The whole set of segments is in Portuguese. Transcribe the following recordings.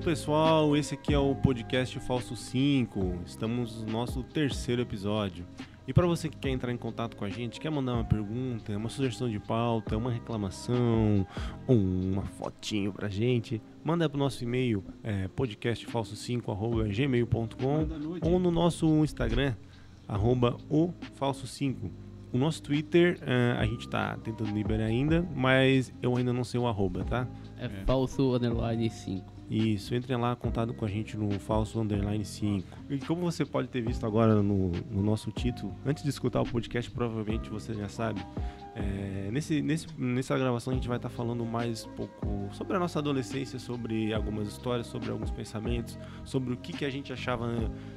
pessoal, esse aqui é o podcast Falso 5. Estamos no nosso terceiro episódio. E para você que quer entrar em contato com a gente, quer mandar uma pergunta, uma sugestão de pauta, uma reclamação, ou uma fotinho pra gente, manda pro nosso e-mail é, podcastfalso5@gmail.com ou no nosso Instagram arroba o falso 5. O nosso Twitter, eh, a gente tá tentando liberar ainda, mas eu ainda não sei o arroba, tá? É, falso underline 5. Isso, entrem lá, contato com a gente no falso underline 5. E como você pode ter visto agora no, no nosso título, antes de escutar o podcast, provavelmente você já sabe. é, nesse, nesse, nessa gravação a gente vai estar falando mais um pouco sobre a nossa adolescência, sobre algumas histórias, sobre alguns pensamentos, sobre o que, que a gente achava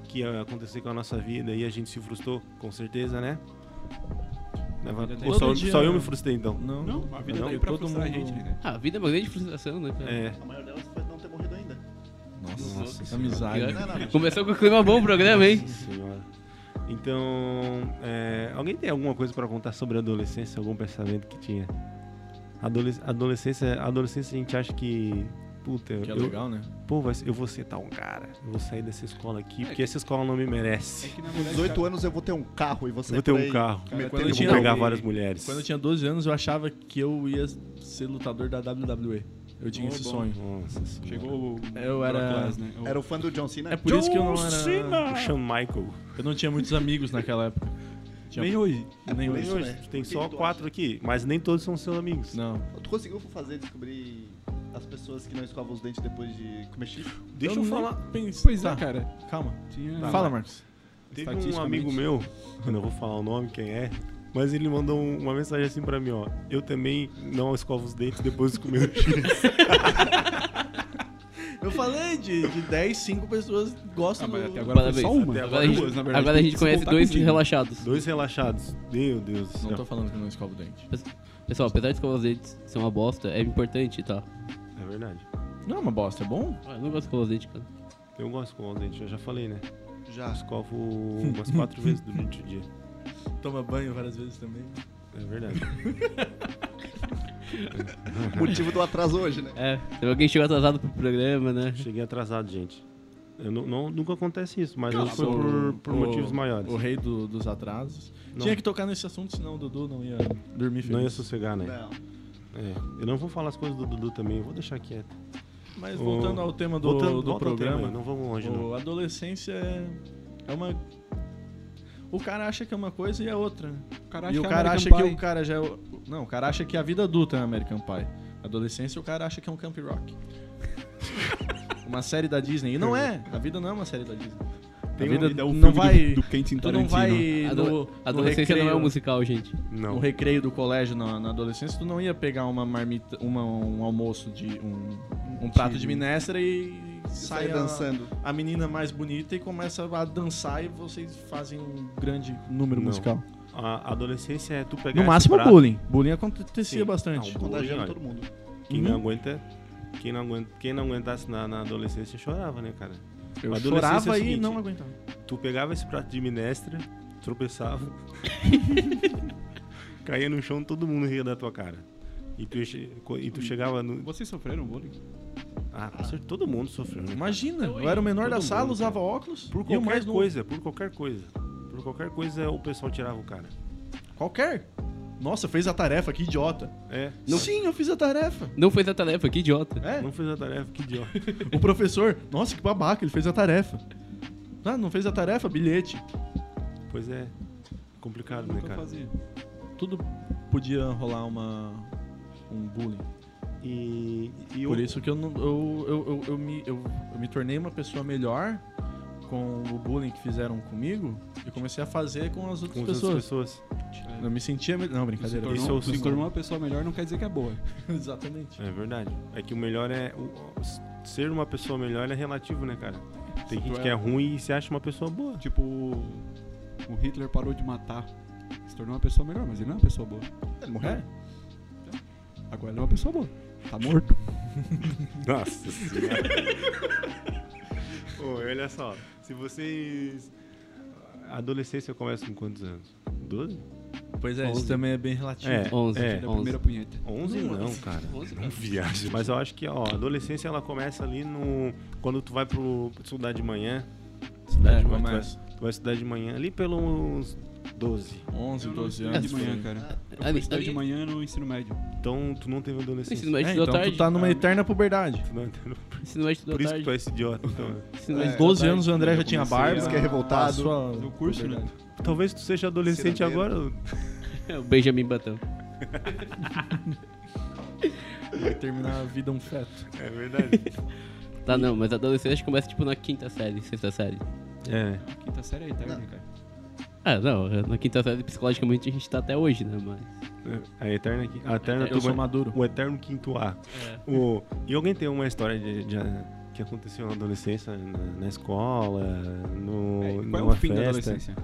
que ia acontecer com a nossa vida e a gente se frustrou, com certeza, né? Leva- tem- Ou só, Todo dia, só eu né? me frustrei então. Não, não, a vida Não, tá aí pra todo frustrar a mundo- gente, né? Ah, a vida é uma grande frustração, né? cara? É, A maior delas foi não ter morrido ainda. Nossa, Nossa que Senhora. amizade. né? Pior. Não, não, não. Começou com o clima bom o programa, hein? Nossa Senhora. Então, é, alguém tem alguma coisa pra contar sobre a adolescência, algum pensamento que tinha? Adoles- adolescência, adolescência a gente acha que puta, Que é eu, legal, né? pô, vai ser- eu vou ser tal cara, eu vou sair dessa escola aqui porque essa escola não me merece. É que na Com 18 anos eu vou ter um carro e você Eu vou ter um carro, Cara, eu quando vou eu tinha- pegar várias mulheres. Quando eu tinha 12 anos, eu achava que eu ia ser lutador da WWE. Eu tinha Oh, esse bom. sonho. Nossa senhora. Chegou o. Eu era- Brock Lesnar. Era o fã do John Cena. É por isso que eu não John era. O Shawn Michael. Eu não tinha muitos amigos naquela época. Tinha- Nem hoje. Nem por hoje. isso, né? Tem Por que só que tu quatro aqui, mas nem todos são seus amigos. Não. acha? Tu conseguiu fazer descobrir as pessoas que não escovam os dentes depois de comer x? Deixa eu, nem falar. Pense... Pois tá, é, cara. Calma. Tinha. Tá, Fala, vai. Marcos. Teve um Estatisticamente. amigo meu, eu não vou falar o nome, quem é, mas ele mandou um- uma mensagem assim pra mim, ó. Eu também não escovo os dentes depois de comer o X. Eu falei de, de 10, 5 pessoas gostam Ah, mas até do... agora Parabéns. foi só uma. Até Agora a gente, duas, na verdade. agora a gente Se conhece contar dois contigo. relaxados. Dois relaxados. Meu Deus do tá Não tô céu. falando que eu não escovo o dente. Pessoal, apesar de escovar os dentes ser uma bosta, é importante, tá? É verdade. Não é uma bosta, é bom? Ah, Eu não gosto de escovar os dentes, cara. Eu gosto de escovar os dentes, eu já falei, né? Já. Escovo umas quatro vezes durante o dia. Toma banho várias vezes também. É verdade. Motivo do atraso hoje, né? É, teve alguém que chegou atrasado pro programa, né? Cheguei atrasado, gente. Eu não, não- nunca acontece isso, mas Cala hoje foi a por, boca. por O- motivos maiores. O rei do- dos atrasos. Não. Tinha que tocar nesse assunto, senão o Dudu não ia dormir feliz. Não ia sossegar, É. né? Não. É. Eu não vou falar as coisas do Dudu também, eu vou deixar quieto. Mas O- voltando ao tema do, Voltando- do volta ao tema programa, aí, não vamos longe, não. o- a adolescência é é uma. O cara acha que é uma coisa e é outra. O cara e o é cara acha American que Pie. o cara já é. o- Não, o cara acha que a vida adulta é American Pie. Adolescência, o cara acha que é um Camp Rock. uma série da Disney. E não é! A vida não é uma série da Disney. Tem a vida vida, é um não filme vai. do, do Quentin Assim, tu Tarantino. não vai. Ado- No, no adolescência não é um recreio- musical, gente. Não. no recreio do colégio na, na adolescência, tu não ia pegar uma marmita, uma- um almoço de um, um prato de minestra e sai Sai a, é dançando. a menina mais bonita e começa a dançar e vocês fazem um grande número Não. musical. A adolescência é tu pegar No esse máximo prato, bullying. Bullying acontecia Sim. bastante. Não, Contagiando Olha. todo mundo. Quem Uhum. não aguenta, quem não aguenta, quem não aguentasse na, na adolescência chorava, né, cara? Eu adolescência é o chorava e seguinte, não aguentava. Tu pegava esse prato de minestra, tropeçava, caía no chão, todo mundo ria da tua cara. E tu, che- co- e tu chegava no. Vocês sofreram bullying? Ah, com certeza, todo mundo sofreu, né? Imagina, um. eu era o menor Todo da sala, mundo, usava cara. óculos Por e o qualquer mais novo. coisa, por qualquer coisa. Por qualquer coisa o pessoal tirava o cara. Qualquer. Nossa, fez a tarefa, que idiota. É. Sim, eu fiz a tarefa. Não fez a tarefa, que idiota. É, Não fez a tarefa, que idiota. O professor, nossa, que babaca, ele fez a tarefa. Ah, não fez a tarefa? Bilhete. Pois é. Complicado, né, Nunca cara? fazia. Tudo podia rolar uma. um bullying. E, e Por o- isso que eu não. Eu, eu, eu, eu me, eu, eu me tornei uma pessoa melhor com o bullying que fizeram comigo e comecei a fazer com as com outras as pessoas. outras pessoas. Eu me sentia melhor. Não, Se brincadeira. tornou, Esse é o se segundo. tornou uma pessoa melhor não quer dizer que é boa. Exatamente. É verdade. É que o melhor é. o- o- ser uma pessoa melhor é relativo, né, cara? Tem gente tu é- que é ruim e se acha uma pessoa boa. Tipo, o o Hitler parou de matar. Se tornou uma pessoa melhor, mas ele não é uma pessoa boa. Ele Morrer? morreu. Agora ele é uma pessoa boa. Tá morto. Nossa senhora. Ô, olha só. Se vocês. A adolescência começa com quantos anos? 12? Pois é, isso Onze. também é bem relativo. É. 11. É a 11. primeira punheta. 11 não, cara. Onze, Não viaja. Mas eu acho que, ó, a adolescência ela começa ali no. Quando tu vai pro pra estudar de manhã. Estudar É, de manhã. Tu vai, começa. tu vai estudar de manhã ali pelos 12. 11, 12 Eu não estudei anos. de manhã, por aí. cara. Eu Ali- fui estudar de ali- manhã no ensino médio. Então tu não teve O ensino adolescência. médio É, estudou então tarde. tu tá Ah, numa eterna puberdade. Tu não entendeu? Ensino médio estudou Por isso tarde. que tu é esse idiota. então. Ensino É, médio Aos estudou 12 tarde. anos o André já tinha barba. Isso que é revoltado. Ah, passou a- No curso, né? Talvez tu seja adolescente Cirandeiro. agora. é O Benjamin Button. Vai terminar a vida um feto. É verdade. Tá, não, mas a adolescência começa tipo na quinta série, sexta série. é. Quinta série é eterna, cara. Ah, não, na quinta série psicologicamente a gente tá até hoje, né? Mas. É, A eterna, qui- a eterna Eu sou turma- maduro. o eterno quinto É. A. O, e alguém tem uma história de, de- que aconteceu na adolescência, na, na escola, no, É, Qual é numa o fim da festa? adolescência?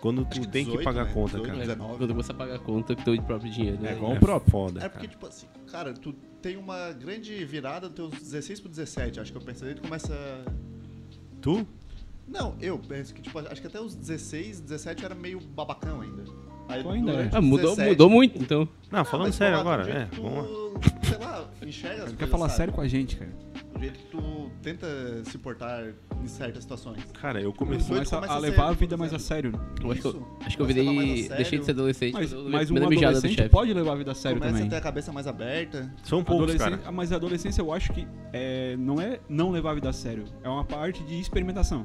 Quando tu Acho tem 18, que pagar né? conta, 18, cara. 19. Quando você pagar a conta que teu próprio dinheiro. né? É, igual é o próprio. Foda, É porque, cara. tipo assim, cara, tu tem uma grande virada dos teus 16 pro 17. Acho que eu pensei, tu começa. Tu? Não, eu penso que, tipo, acho que até os 16, 17 eu era meio babacão ainda. Aí, Tu ainda durante é. Ah, os mudou, 17, mudou muito, então. Não, falando Ah, mas, sério sei lá, do agora. jeito É, que tu, vamos lá. Sei lá, enxerga as Ele quer coisas, falar sabe? sério com a gente, cara. Do jeito que tu tenta se portar em certas situações. Cara, eu Começa, comecei. Começa a a levar a ser- vida mais a sério. né? Eu acho que Isso. eu, acho que eu Começa a levar tá mais virei. a sério. Deixei de ser adolescente. Mas, quando eu mas um tomei a primeira mijada do adolescente chefe. pode levar a vida a sério Começa também. a ter a cabeça mais aberta. São poucos, Adolescente- um cara. ah, Mas a adolescência eu acho que é, não é não levar a vida a sério. É uma parte de experimentação.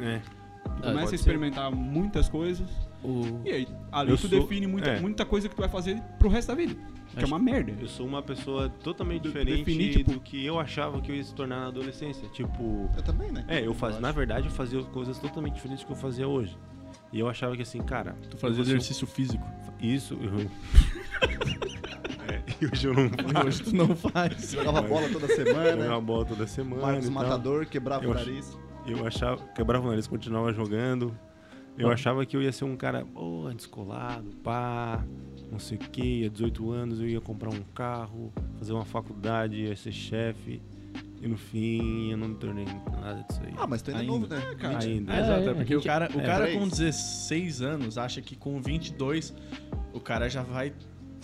É. Tu Ah, começa pode a experimentar muitas coisas O- e aí ali Eu tu sou- define muita, é. muita coisa que tu vai fazer pro resto da vida. Que é Acho- uma merda. Eu sou uma pessoa totalmente De- diferente definir, tipo- do que eu achava que eu ia se tornar na adolescência. Tipo, Eu também, né? É, eu faz, acho. na verdade eu fazia coisas totalmente diferentes do que eu fazia hoje. E eu achava que assim, cara, Tu fazia eu vou ser exercício físico. um- isso, eu É, e hoje eu não Hoje tu não faz. Jogava bola toda eu jogava semana. bola toda semana. É, né? Marcos e tal. Matador, quebrava Eu o acho- nariz. Eu achava, quebrava o nariz, continuava jogando. Eu achava que eu ia ser um cara, pô, descolado, pá, não sei o que, ia 18 anos, eu ia comprar um carro, fazer uma faculdade, ia ser chefe. E no fim eu não me tornei nada disso aí. Ah, mas tu ainda é Ainda. novo, né? Cara, Ainda. É, exato, É, é porque a o gente- cara, o é. cara Três. com 16 anos acha que com 22 o cara já vai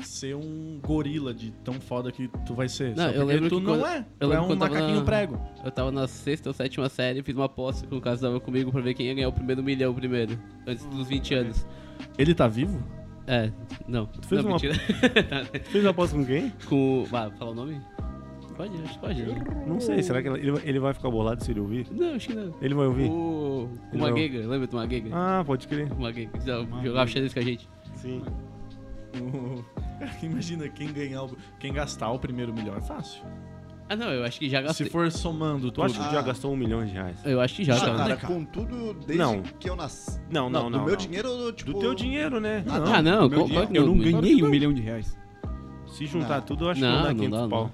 ser um gorila de tão foda que tu vai ser. Não, Só eu porque lembro tu que não quando- é. Tu eu é lembro um quando eu tava macaquinho na- prego. Eu tava na sexta ou sétima série, fiz uma aposta que o caso tava comigo pra ver quem ia ganhar o primeiro milhão primeiro. Antes dos 20 Ah, anos. Ele tá vivo? É, não. Tu fez não, uma- mentira. Tá, né. Fez aposta com quem? Com. Ah, falar o nome? Pode, acho que pode. né? Não sei, será que ela- ele, vai- ele vai ficar bolado se ele ouvir? Não, acho que não. Ele vai ouvir? O. Com Ele uma não. guega, lembra de uma guega? Ah, pode crer. Uma guega. Já Jogava xadrez com a gente. Sim. Imagina quem ganhar o... quem gastar o primeiro milhão é fácil. Ah, não, eu acho que já gastei. Se for somando Tu tudo. acha que tu já Ah. gastou um milhão de reais? Eu acho que já, Ah, tá. cara, cara. com tudo desde Não. que eu nasci. Não, não, não. Do meu não. dinheiro, eu, tipo... Do teu dinheiro, né? Ah, Ah, não, Meu qual, dinheiro- qual que eu não, não mas- ganhei um milhão de reais. Se juntar Não. tudo, eu acho que não Não, dá não 500 dá, pau.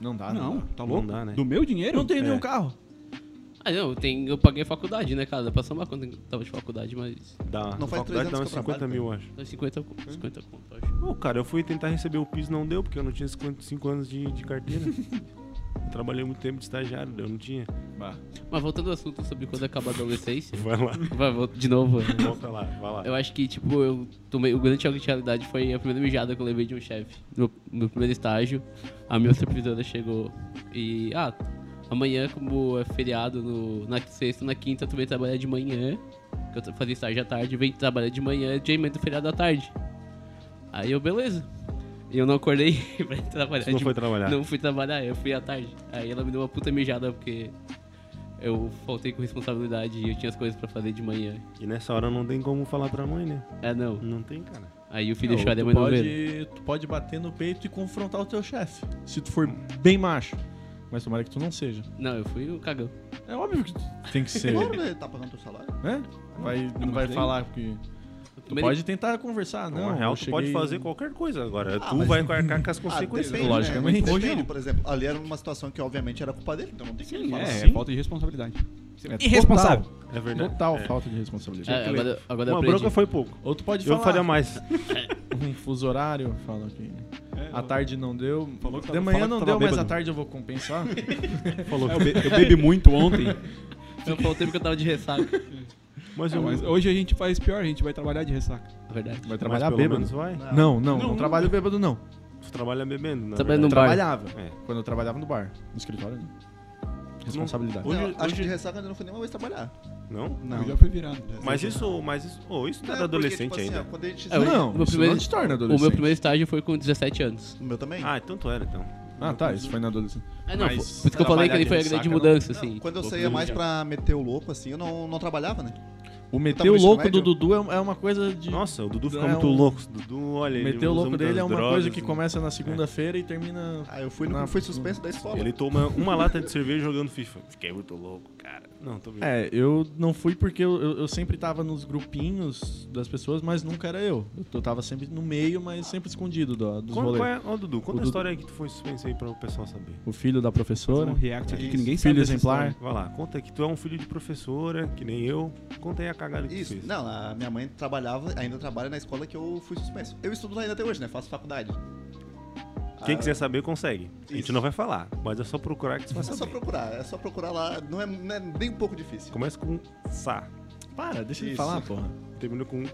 Não dá, não. não, dá. tá Não louco? dá, né? Do meu dinheiro? Eu não tenho É. nenhum carro. Ah, não, tem, eu paguei faculdade, né, cara? Passou uma conta que eu tava de faculdade, mas. Dá. Na Não faz três faculdade anos dá que uns eu 50 trabalho, mil, eu acho. Dá 50, con- 50 conto, eu acho. Ô, cara, eu fui tentar receber o PIS, não deu, porque eu não tinha 55 anos de, de carteira. eu trabalhei muito tempo de estagiário, eu não tinha. Bah. Mas voltando ao assunto sobre quando acaba a adolescência. Vai lá, vai, volta de novo. né? volta lá, vai lá. Eu acho que, tipo, eu tomei. O grande choque de realidade foi a primeira mijada que eu levei de um chefe. No, no primeiro estágio, a minha supervisora chegou e. Ah, amanhã, como é feriado, no, na sexta, na quinta, tu vem trabalhar de manhã. Que eu t- fazia estágio à tarde, vem trabalhar de manhã, dia emenda do feriado à tarde. Aí eu, beleza. E eu não acordei pra trabalhar. Tu não de- foi trabalhar. Não fui trabalhar, eu fui à tarde. Aí ela me deu uma puta mijada porque. Eu faltei com responsabilidade e eu tinha as coisas pra fazer de manhã. E nessa hora não tem como falar pra mãe, né? É, não. Não tem, cara. Aí o filho Não, chora e a tu mãe não vê. pode, tu pode bater no peito e confrontar o teu chefe. Se tu for bem macho. Mas tomara que tu não seja. Não, eu fui o cagão. É óbvio que tu tem que ser. Claro, né? Tá pagando teu salário. né? Vai, não vai daí- falar porque. Tu pode tentar conversar, não. Não, na real, eu tu pode cheguei- fazer qualquer coisa agora. Ah, tu mas- vai arcar com as Ah, consequências. depende, né? logicamente. Depende, Hoje não. por exemplo. Ali era uma situação que obviamente era culpa dele, então não tem que É, falar. é Assim? falta de responsabilidade. É Irresponsável. É Total, verdade. total É. falta de responsabilidade. É, agora agora eu Uma aprendi. bronca foi pouco. Ou tu pode Eu falar. faria mais. Um fuso horário, fala aqui. É, À tarde não deu. Falou que de tava- manhã fala que não tava deu, mas à bêbado. tarde eu vou compensar. É, É eu, be- eu bebi muito ontem. um Eu faltei porque eu tava de ressaca. Mas, É, eu, mas hoje a gente faz pior, a gente vai trabalhar de ressaca. na verdade. Vai trabalhar pelo bêbado. menos tá vai? Não, não, não, não trabalho bêbado, não. Tu trabalha bebendo, né? Trabalha num bar. Trabalhava. É. Quando eu trabalhava no bar. No escritório, não. Responsabilidade. Hoje- não, acho hoje- que de ressaca ainda não foi nenhuma vez trabalhar. Não? É. Eu já fui virado. Mas isso, mas isso, oh, isso tá É, de adolescente porque, tipo, ainda. Assim, ó, quando a gente... É, eu- não, meu isso primeiro- não te torna O adolescente. meu primeiro estágio foi com 17 anos. O meu também. Ah, então tu era, então. Ah, tá, isso foi na adolescência. É, não, Mas pô, por isso que eu falei que ele trabalhar foi a de grande ressaca, mudança, Não, assim. quando eu Tipo, saía mais já. pra meter o louco, assim, eu não, não trabalhava, né? O Tá meter no o ensino louco do médio? Dudu é é uma coisa de. Nossa, o Dudu fica É muito um- louco. O Dudu, olha, ele meter usa o louco muitas dele é uma drogas, coisa que né? começa na segunda-feira e termina. Ah, eu fui, no, Não. fui suspenso da escola. Ele toma uma lata de cerveja jogando FIFA. Fiquei muito louco, cara. Não, tô brincando. É, eu não fui porque eu, eu- eu sempre tava nos grupinhos das pessoas, mas nunca era eu. Eu, eu tava sempre no meio, mas sempre escondido do, um dos Qual, rolês. qual é, ó, Dudu, conta O a Dudu- história aí que tu foi suspenso aí pra o pessoal saber. O filho da Fazer professora. um react é aqui que Isso. ninguém sabe. Filho dessa exemplar. história. Vai lá, conta que tu é um filho de professora, que nem eu. Conta aí a tá cagada que Isso. tu fez. Não, a minha mãe trabalhava, ainda trabalha na escola que eu fui suspenso. Eu estudo lá ainda até hoje, né? Faço faculdade. Quem Ah, quiser saber, consegue. A gente Isso. não vai falar, mas é só procurar que tu É vai saber. só procurar, é só procurar lá. Não é, não é nem um pouco difícil. Começa com Sá, Para, deixa ele Isso. falar, porra. termina com um.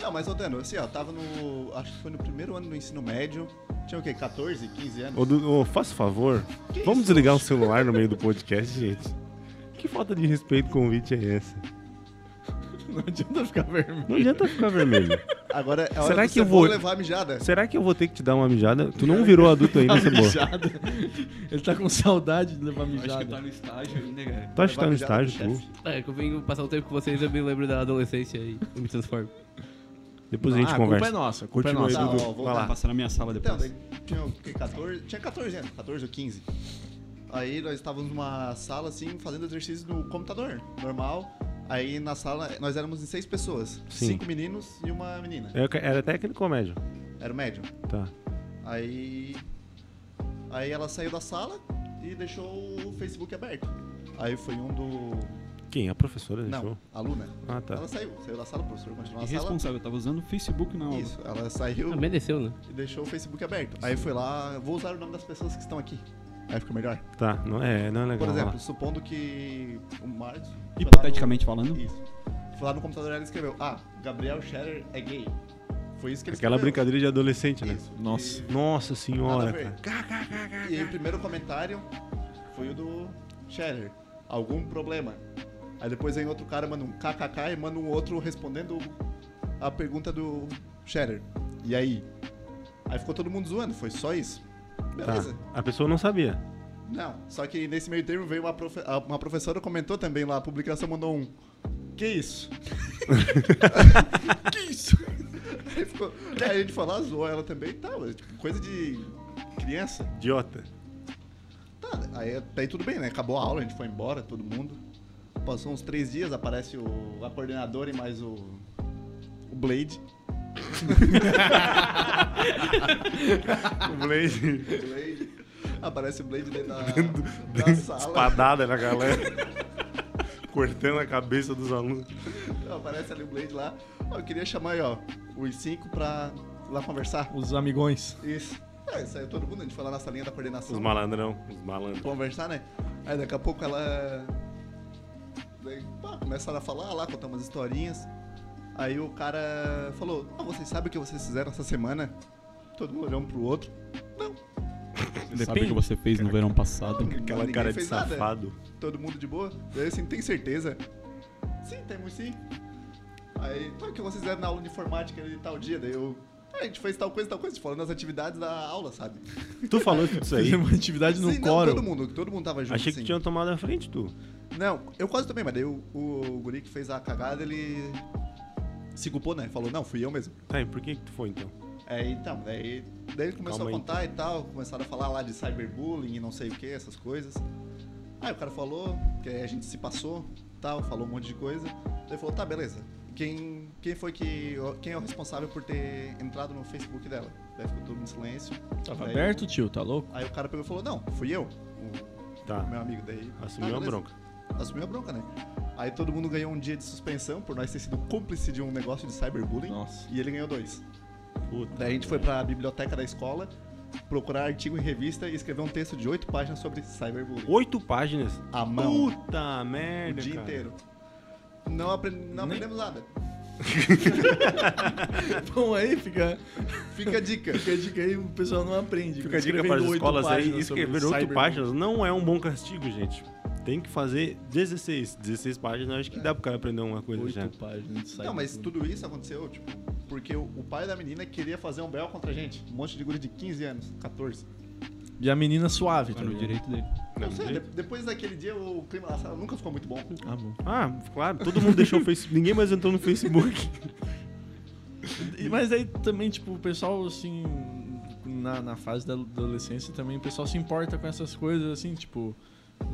Não, mas, Odano, assim, ó, eu tava no. Acho que foi no primeiro ano do ensino médio. Tinha o quê? 14, 15 anos? Ô, Du- ô, faça o favor, Que vamos isso? desligar o celular no meio do podcast, gente. Que falta de respeito o convite é essa? Não adianta ficar vermelho. Não adianta ficar vermelho. Agora é a hora Será do que eu Cebola vou- levar a mijada. Será que eu vou ter que te dar uma mijada? Tu não virou adulto ainda, Tá Cebola. mijado. Ele tá com saudade de levar Acho que mijada. tá no estágio ainda, cara. Tu acha que tá no Levar mijada estágio, do tu? É, que eu venho passar um tempo com vocês, eu me lembro da adolescência e eu me transformo. Depois a gente ah, a culpa é conversa. nossa, a culpa é Continua aí, nossa. Tá, Dudu. ó, Vai vou dar lá. Vai passar na minha sala Então, depois. daí tinha o quê? 14, tinha 14 anos, 14 ou 15. Aí nós estávamos numa sala assim, fazendo exercício no computador, normal. Aí na sala nós éramos em seis pessoas, Sim. cinco meninos e uma menina. É, Eu que- Era técnico ou médio? Era o médium. Tá. Aí aí ela saiu da sala e deixou o Facebook aberto. Aí foi um do Quem? A professora deixou? não, aluna. Ah, tá. Ela saiu, saiu da sala, o professor continuou na sala. Irresponsável, eu tava usando o Facebook na aula. Isso, ela saiu Ah, mereceu, né? e deixou o Facebook aberto. Aí foi lá, vou usar o nome das pessoas que estão aqui. Aí fica melhor. Tá, não é, não é legal. Por vai lá. exemplo, supondo que o Marcos. foi lá Hipoteticamente falando. no- Isso. Foi lá no computador e ela escreveu: Ah, Gabriel Scherer é gay. Foi isso que ele Aquela escreveu. brincadeira de adolescente, né? Isso. Nossa. Nossa senhora, tá. Nada a cara. ver. E aí o primeiro comentário foi o do Scherer: Algum problema? Aí depois vem outro cara, manda um kkk e manda um outro respondendo a pergunta do Scherer. E aí? Aí ficou todo mundo zoando, foi só isso. Tá. Beleza. A pessoa não sabia. Não, só que nesse meio termo veio uma, profe- a- uma professora comentou também lá, a publicação mandou um. Que isso? que isso? Aí, ficou, aí a gente falou, ah, zoou ela também e tal, mas, tipo, coisa de criança. Idiota. Tá, aí, aí tudo bem, né? Acabou a aula, a gente foi embora, todo mundo. Passou uns três dias, aparece o, a coordenadora e mais o. o Blade. O Blaze Blade. Aparece o Blade dentro da, da sala. espadada na galera. Cortando a cabeça dos alunos. Então, Aparece ali o Blade lá. Ó, eu queria chamar aí, ó, os cinco pra lá conversar. Os amigões. Isso. Aí saiu todo mundo, a gente foi lá na salinha da coordenação. Os malandrão, os malandros. Conversar, né? Aí daqui a pouco ela. Daí, pá, começaram a falar lá, contar umas historinhas. Aí o cara falou: Ah, vocês sabem o que vocês fizeram essa semana? Todo mundo olhou um pro outro. Você sabe o que você fez no verão passado. Aquela Ninguém cara de fez nada. safado. Todo mundo de boa? Daí assim, tem certeza? Sim, temos sim. Aí, tá, o que vocês fizeram na aula de informática de tal dia? Daí eu. "Ah, A gente fez tal coisa, tal coisa, falando as atividades da aula, sabe? Tu falou tudo isso aí? Fizemos uma atividade no Sim, não, coro. todo mundo, todo mundo tava junto. Achei que sim. tinham tomado a frente, tu. Não, eu quase também, mas daí o, o guri que fez a cagada, ele se culpou, né? Falou, não, fui eu mesmo. Tá, e por que que tu foi então? Aí, então, daí, daí ele começou Calma a aí. contar e tal, começaram a falar lá de cyberbullying e não sei o que, essas coisas. Aí o cara falou que a gente se passou, tal, falou um monte de coisa. Daí falou, tá, beleza. Quem, quem foi que... Quem é o responsável por ter entrado no Facebook dela? Daí ficou todo mundo em silêncio. Tava Daí- aberto, tio, tá louco? Aí o cara pegou e falou, não, fui eu. O Tá, meu amigo daí. assumiu "Tá, a beleza." bronca. assumiu a bronca, né? Aí todo mundo ganhou um dia de suspensão por nós ter sido cúmplice de um negócio de cyberbullying. Nossa. E ele ganhou dois. Puta. Daí a gente foi merda. pra biblioteca da escola procurar artigo em revista e escrever um texto de oito páginas sobre cyberbullying. Oito páginas. A mão. Puta o merda, dia cara. inteiro. Não, apre- não Nem- aprendemos nada. Bom, aí fica, Fica a dica. fica a dica aí, o pessoal não aprende. Fica a dica Escrevendo para as oito escolas aí, páginas sobre escrever oito cyberbullying. páginas não é um bom castigo, gente. Tem que fazer 16. 16 páginas, acho que dá pro cara aprender uma coisa já. Oito páginas de cyberbullying. Não, mas tudo isso aconteceu, tipo, porque o, o pai da menina queria fazer um bel contra a gente. Um monte de guri de 15 anos, 14. E a menina suave, tá Tá no ligado? direito dele. Não, Não, sei, gente. de- depois daquele dia o clima na sala nunca ficou muito bom. Ah, bom. Ah, claro, todo mundo deixou o Facebook. Ninguém mais entrou no Facebook. E- Mas aí também, tipo, o pessoal, assim, na, na fase da adolescência também, o pessoal se importa com essas coisas, assim, tipo,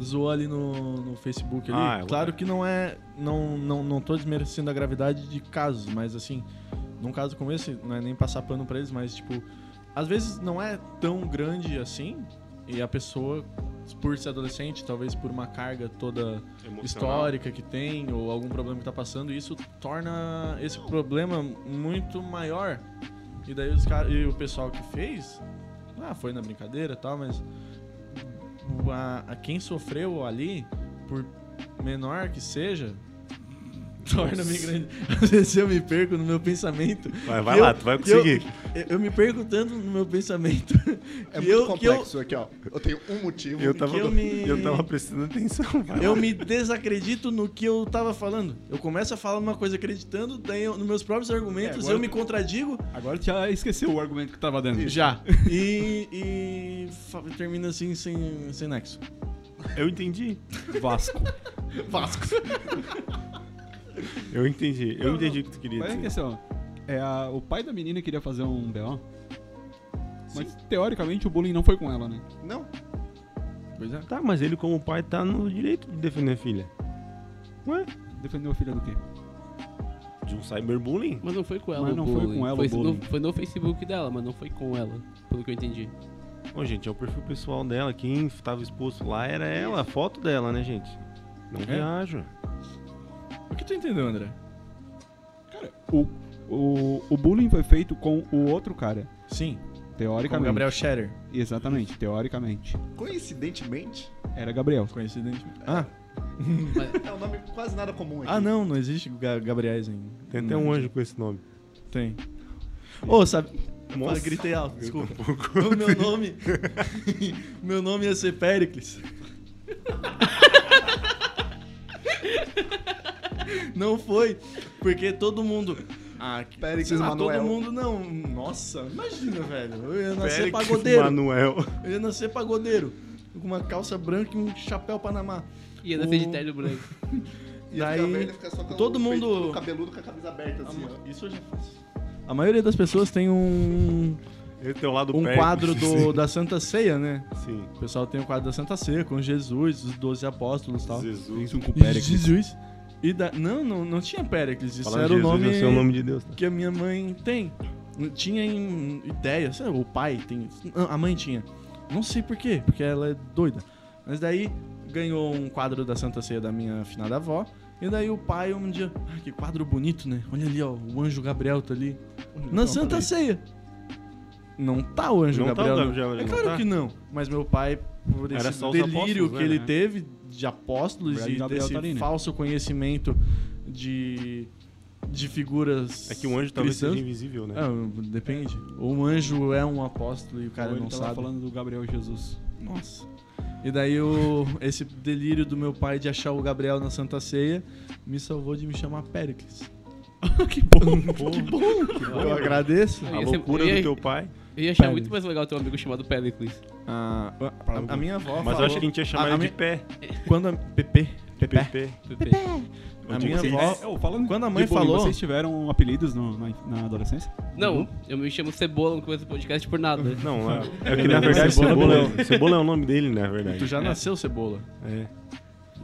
zoou ali no, no Facebook ali. Ah, eu- claro que não é. Não, não, não tô desmerecendo a gravidade de casos, mas assim, num caso como esse, não é nem passar pano pra eles, mas, tipo, às vezes não é tão grande assim, e a pessoa, por ser adolescente, talvez por uma carga toda histórica que tem ou algum problema que tá passando, e isso torna esse problema muito maior. E daí os caras e o pessoal que fez, ah, foi na brincadeira e tal, mas o- a, a quem sofreu ali, por menor que seja, torna-me grande. Às vezes eu me perco no meu pensamento. Vai, vai Eu- lá, tu vai eu- conseguir. Eu, eu me perco tanto no meu pensamento. É que muito eu, que eu- complexo aqui, ó. Eu tenho um motivo. Eu, tava, eu eu, me- tava prestando atenção. Vai Eu lá. me desacredito no que eu tava falando. Eu começo a falar uma coisa acreditando, daí eu- nos meus próprios É, argumentos agora eu me tu- contradigo Agora tu já esqueceu o argumento que tava dando. já. E, e fa- termina assim sem, sem nexo. Eu entendi. Vasco. Vasco. Eu entendi. Eu Não, entendi o que tu queria Mas é a dizer. questão. É a- o pai da menina queria fazer um BO. Mas teoricamente o bullying não foi com ela, né? Não, Pois é. Tá, mas ele como pai tá no direito de defender a filha. Ué? Defendeu a filha do quê? De um cyberbullying? Mas não foi com ela Mas o não foi bullying. com ela foi, o no, bullying. foi no Facebook dela, mas não foi com ela, pelo que eu entendi. Ô, gente, é o perfil pessoal dela. Quem tava exposto lá era ela, a foto dela, né, gente? Não É. viajo. O que tu entendeu, André? O, o, o bullying foi feito com o outro cara. Sim, com o Teoricamente. Gabriel Scherer, Exatamente, teoricamente. coincidentemente, Era Gabriel. coincidentemente. Ah, é um nome quase nada comum aqui. ah não, não existe Ga Gabriéis em. Tem até um anjo com esse nome. Tem. Ô, sabe. Nossa. Nossa. um Gritei alto, desculpa. O meu nome. meu nome ia ser Péricles. Não foi, porque todo mundo. Ah, que- Péricles ah, Manuel. todo mundo não. Nossa, imagina, velho. Eu ia nascer Péricles é pagodeiro. Manuel. Eu ia nascer pagodeiro. Com uma calça branca e um chapéu panamá. Ia O- nascer de terno branco. Ia ficar daí, velho, ia ficar só com todo o peito mundo- Ah, todo cabeludo com a camisa aberta, assim, ó. Isso eu já faço. A maioria das pessoas tem um, Esse é o lado um Péricles, quadro do, da Santa Ceia, né? Sim. O pessoal tem o quadro da Santa Ceia com Jesus, os 12 apóstolos e tal. Jesus. Isso um com o Péricles. Jesus. E da... Não, não, não tinha Péricles. Isso Falando era o Jesus, nome, esse é o nome de Deus, tá? que a minha mãe tem. Não Tinha em ideia, sei lá, o pai tem. Não, a mãe tinha. Não sei por quê, porque ela é doida. Mas daí ganhou um quadro da Santa Ceia da minha finada avó. E daí o pai um dia. Ah, que quadro bonito, né? Olha ali, ó. O anjo Gabriel tá ali. Na Não, Santa peraí. Ceia. Não tá o anjo Não tá o Gabriel. no- Gabriel, é não claro tá? que não. Mas meu pai, por Era esse só os delírio apóstolos, que né, ele né? teve de apóstolos Gabriel e desse tá ali, né? falso conhecimento de, de figuras. É que o anjo talvez cristãs. seja invisível, né? Ah, depende. Ou um anjo é um apóstolo e o cara Ou ele não tava sabe. falando do Gabriel Jesus. Nossa. E daí o, esse delírio do meu pai de achar o Gabriel na Santa Ceia me salvou de me chamar Péricles. que bom, que bom. Eu agradeço. A Eu ia ser- loucura eu ia- do teu pai. Eu ia achar Péricles. muito mais legal ter um amigo chamado Pericles. Ah, a, a minha avó Mas eu acho que a gente ia chamar a, a ele de mi- pé. Quando a... Pepe. Pepe. PP. Pepe. A minha Vocês- avó... É, ô, falando Quando a mãe de bullying, falou- Vocês tiveram apelidos no- na, na adolescência? Não, eu me chamo Cebola no começo do podcast por nada. Não, é, é que na verdade Cebola, Cebola é, beleza. o- Cebola é o nome dele, na verdade. Tu já nasceu cebola. É.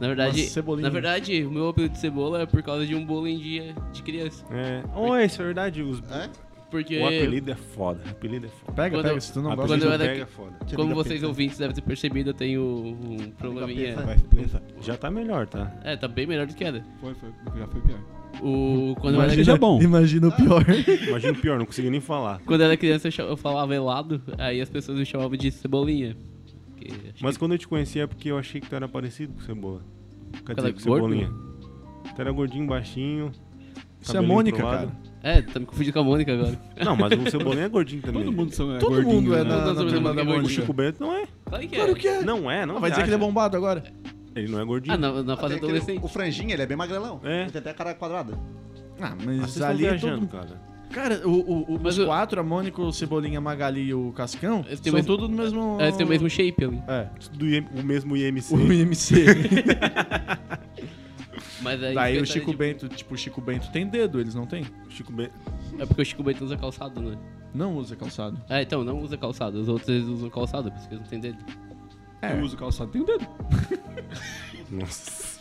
Na verdade, Nossa, Cebolinha. na verdade, o meu apelido de Cebola é por causa de um bullying de, de criança. É. Oh, isso é verdade. Os... É? Porque, Um O apelido é foda. O apelido é foda. Pega, Quando pega, eu- se tu não O gosta quando apelido eu era pega, é foda. como Amiga vocês preta. ouvintes devem ter percebido, eu tenho um probleminha. preta. Vai, beleza. Já tá melhor, tá? É, tá bem melhor do que era. Foi, foi. Já foi pior. O, quando, eu era, Mas é seja bom. Imagina o pior. É Imagina o pior, não consegui nem falar. quando eu era criança, eu, cha- eu falava helado, aí as pessoas me chamavam de cebolinha. Que acho Mas quando eu te conheci é porque eu achei que tu era parecido com o Cebola. Quer Cara, dizer, com o Cebolinha. Tu era gordinho, baixinho. Isso é cabelinho Mônica, pro lado. cara. que- É, tá me confundindo com a Mônica agora. Não, mas o Cebolinha é gordinho também. Todo mundo são, é Todo gordinho, mundo é né? na, na Todo mundo turma da é O Mônica. Chico Bento não é. Claro que Claro que é. Não é, não. Vai dizer que ele é acha? bombado agora. Ele não é gordinho. Ah, na, na fase Ah, tem aquele- assim. adolescente. O franjinha, ele é bem magrelão. É. Ele tem até a cara quadrada. Ah, Ah, mas vocês estão ali é viajando, todo... cara. Cara, o, o, o, Mas os eu- quatro, a Mônica, o Cebolinha, a Magali e o Cascão, Eles são têm o mesmo- tudo do mesmo... Elas têm É, o mesmo shape ali. É, Do IM o mesmo IMC. o IMC. Mas aí Daí É o diferente, Chico tipo, Bento, tipo, o Chico Bento tem dedo, eles não têm? Chico Bento. É porque o Chico Bento usa calçado, né? Não usa calçado. Ah, então, não usa calçado. Os outros eles usam calçado, por isso que eles não têm dedo. É. Eu uso calçado, um tem o dedo. Nossa.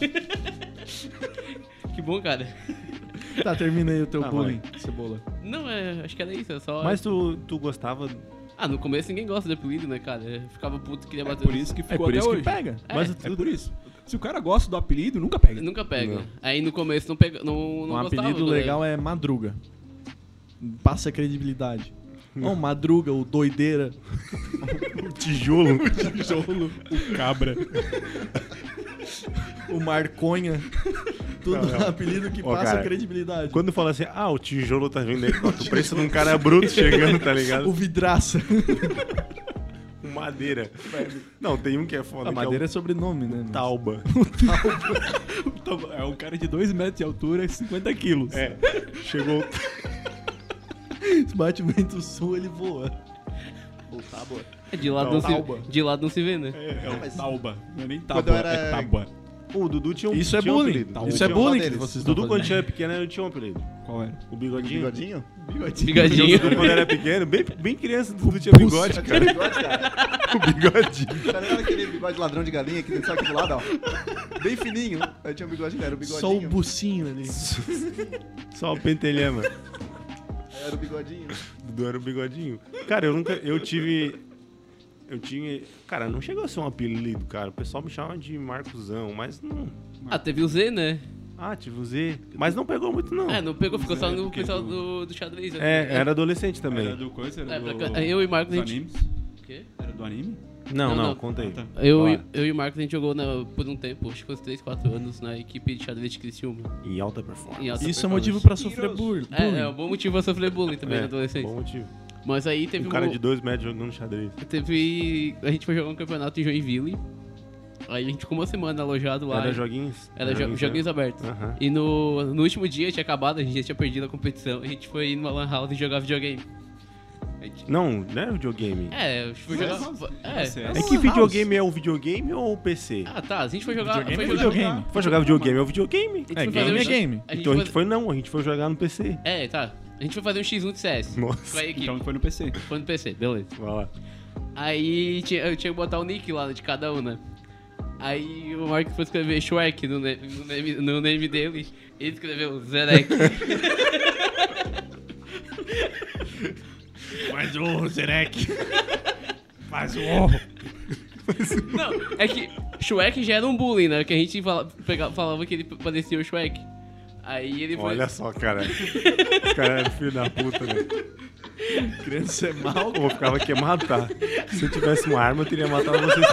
Que bom, cara. Tá, terminei o teu Ah, bullying, Cebola. Não, é, acho que era isso, é só... Mas tu, tu gostava. Ah, no começo ninguém gosta de apelido, né, cara? Eu ficava puto, queria É bater... por isso que ficou até hoje. pega. É, Mas É tu, por isso. Se o cara gosta do apelido, nunca pega. Nunca pega. Não. Aí no começo não pega, não, não Um gostava. apelido né? legal é Madruga. Passa credibilidade. Não, Madruga, o doideira. o tijolo. Tijolo, o cabra. o Marconha. Tudo é Não, não. apelido que Ô, passa cara, credibilidade. Quando fala assim, ah, o tijolo tá vindo aí. bota O preço de um cara bruto chegando, tá O ligado? Vidraça. O madeira. Não, tem um que é foda. A que é o madeira é sobrenome, né? mano? Tauba. Então, Tá, É um cara de 2 metros de altura e 50 quilos. É. Chegou o Se bate o vento sul, ele voa. É, De lado, Não, não, Tauba. se, de lado não se vê, né? É, é Não, o tá Tá mas- Tauba. Não é nem Quando Tábua, eu era- é Tábua. O Dudu tinha um Isso é tinha um bullying. apelido. Isso Tinha é um- bullying que deles. vocês estão Dudu, quando fazendo. tinha pequeno, ele tinha um apelido. Qual era? O bigodinho. Bigodinho? Bigodinho. Dudu, quando era pequeno, bem, bem criança, Dudu tinha bigode, Tinha cara. bigode, cara. O bigodinho. Tá ligado aquele bigode ladrão de galinha que tem só aqui do lado, ó? Bem fininho. Aí tinha um bigode, era o bigodinho. Só o bucinho ali. Só o pentelhama. Era o bigodinho. Dudu era o bigodinho. Cara, eu nunca. Eu tive. Eu tinha. Cara, não chegou a ser um apelido, cara. O pessoal me chama de Marcosão, mas não. Ah, teve o Z, né? Ah, tive o Z. Mas não pegou muito, não. É, não pegou, ficou só Z, no porque pessoal tu- do, do xadrez. né? É, era adolescente também. Era do coisa? Era É, do... pra- eu e Marcos, dos a gente- animes? O quê? Era do anime? Não, Não, não, não. conta aí. Ah, tá. Eu, Bora. eu e o Marcos, a gente jogou na- por um tempo, acho que uns 3, 4 anos, na equipe de xadrez de Criciúma. Em alta performance. em alta Isso é performance. motivo pra sofrer bur- É, bullying. é um bom motivo a sofrer bullying também na adolescência. É, Bom motivo. Mas aí teve Um cara de dois metros jogando xadrez. Teve. A gente foi jogar um campeonato em Joinville. Aí a gente ficou uma semana alojado lá. Era joguinhos? Era jo- né? joguinhos abertos. Aham. E no, no último dia tinha acabado, a gente já tinha perdido a competição. A gente foi numa lan house e jogar videogame. A gente- né? Não, não era videogame. É, a gente foi jogar. É. É que videogame é o videogame ou o PC? Ah, tá. A gente foi jogar. Videogame foi é jogar- videogame. Foi jogar videogame, é o videogame. A gente foi game fazer um é x- game. A gente Então a gente foi... foi não, a gente foi jogar no PC. É, tá. A gente foi fazer um X1 de CS. Nossa. Com a equipe. Então foi no PC. Foi no PC, beleza. Vai lá. Aí tinha- eu tinha que botar o nick lá de cada um, né? Aí o Mark foi escrever Shrek no, ne- no name, no name dele. Ele escreveu Zerek. Faz o honro, Zerek. Faz o honro. Não, é que Shrek já era um bullying, né? Que a gente fala- pega- falava que ele parecia o Shrek. Aí ele foi. Olha só, cara. Os caras eram filho da puta, né? Criança é mal. Eu ficava quer matar. Se eu tivesse uma arma, eu teria matado vocês.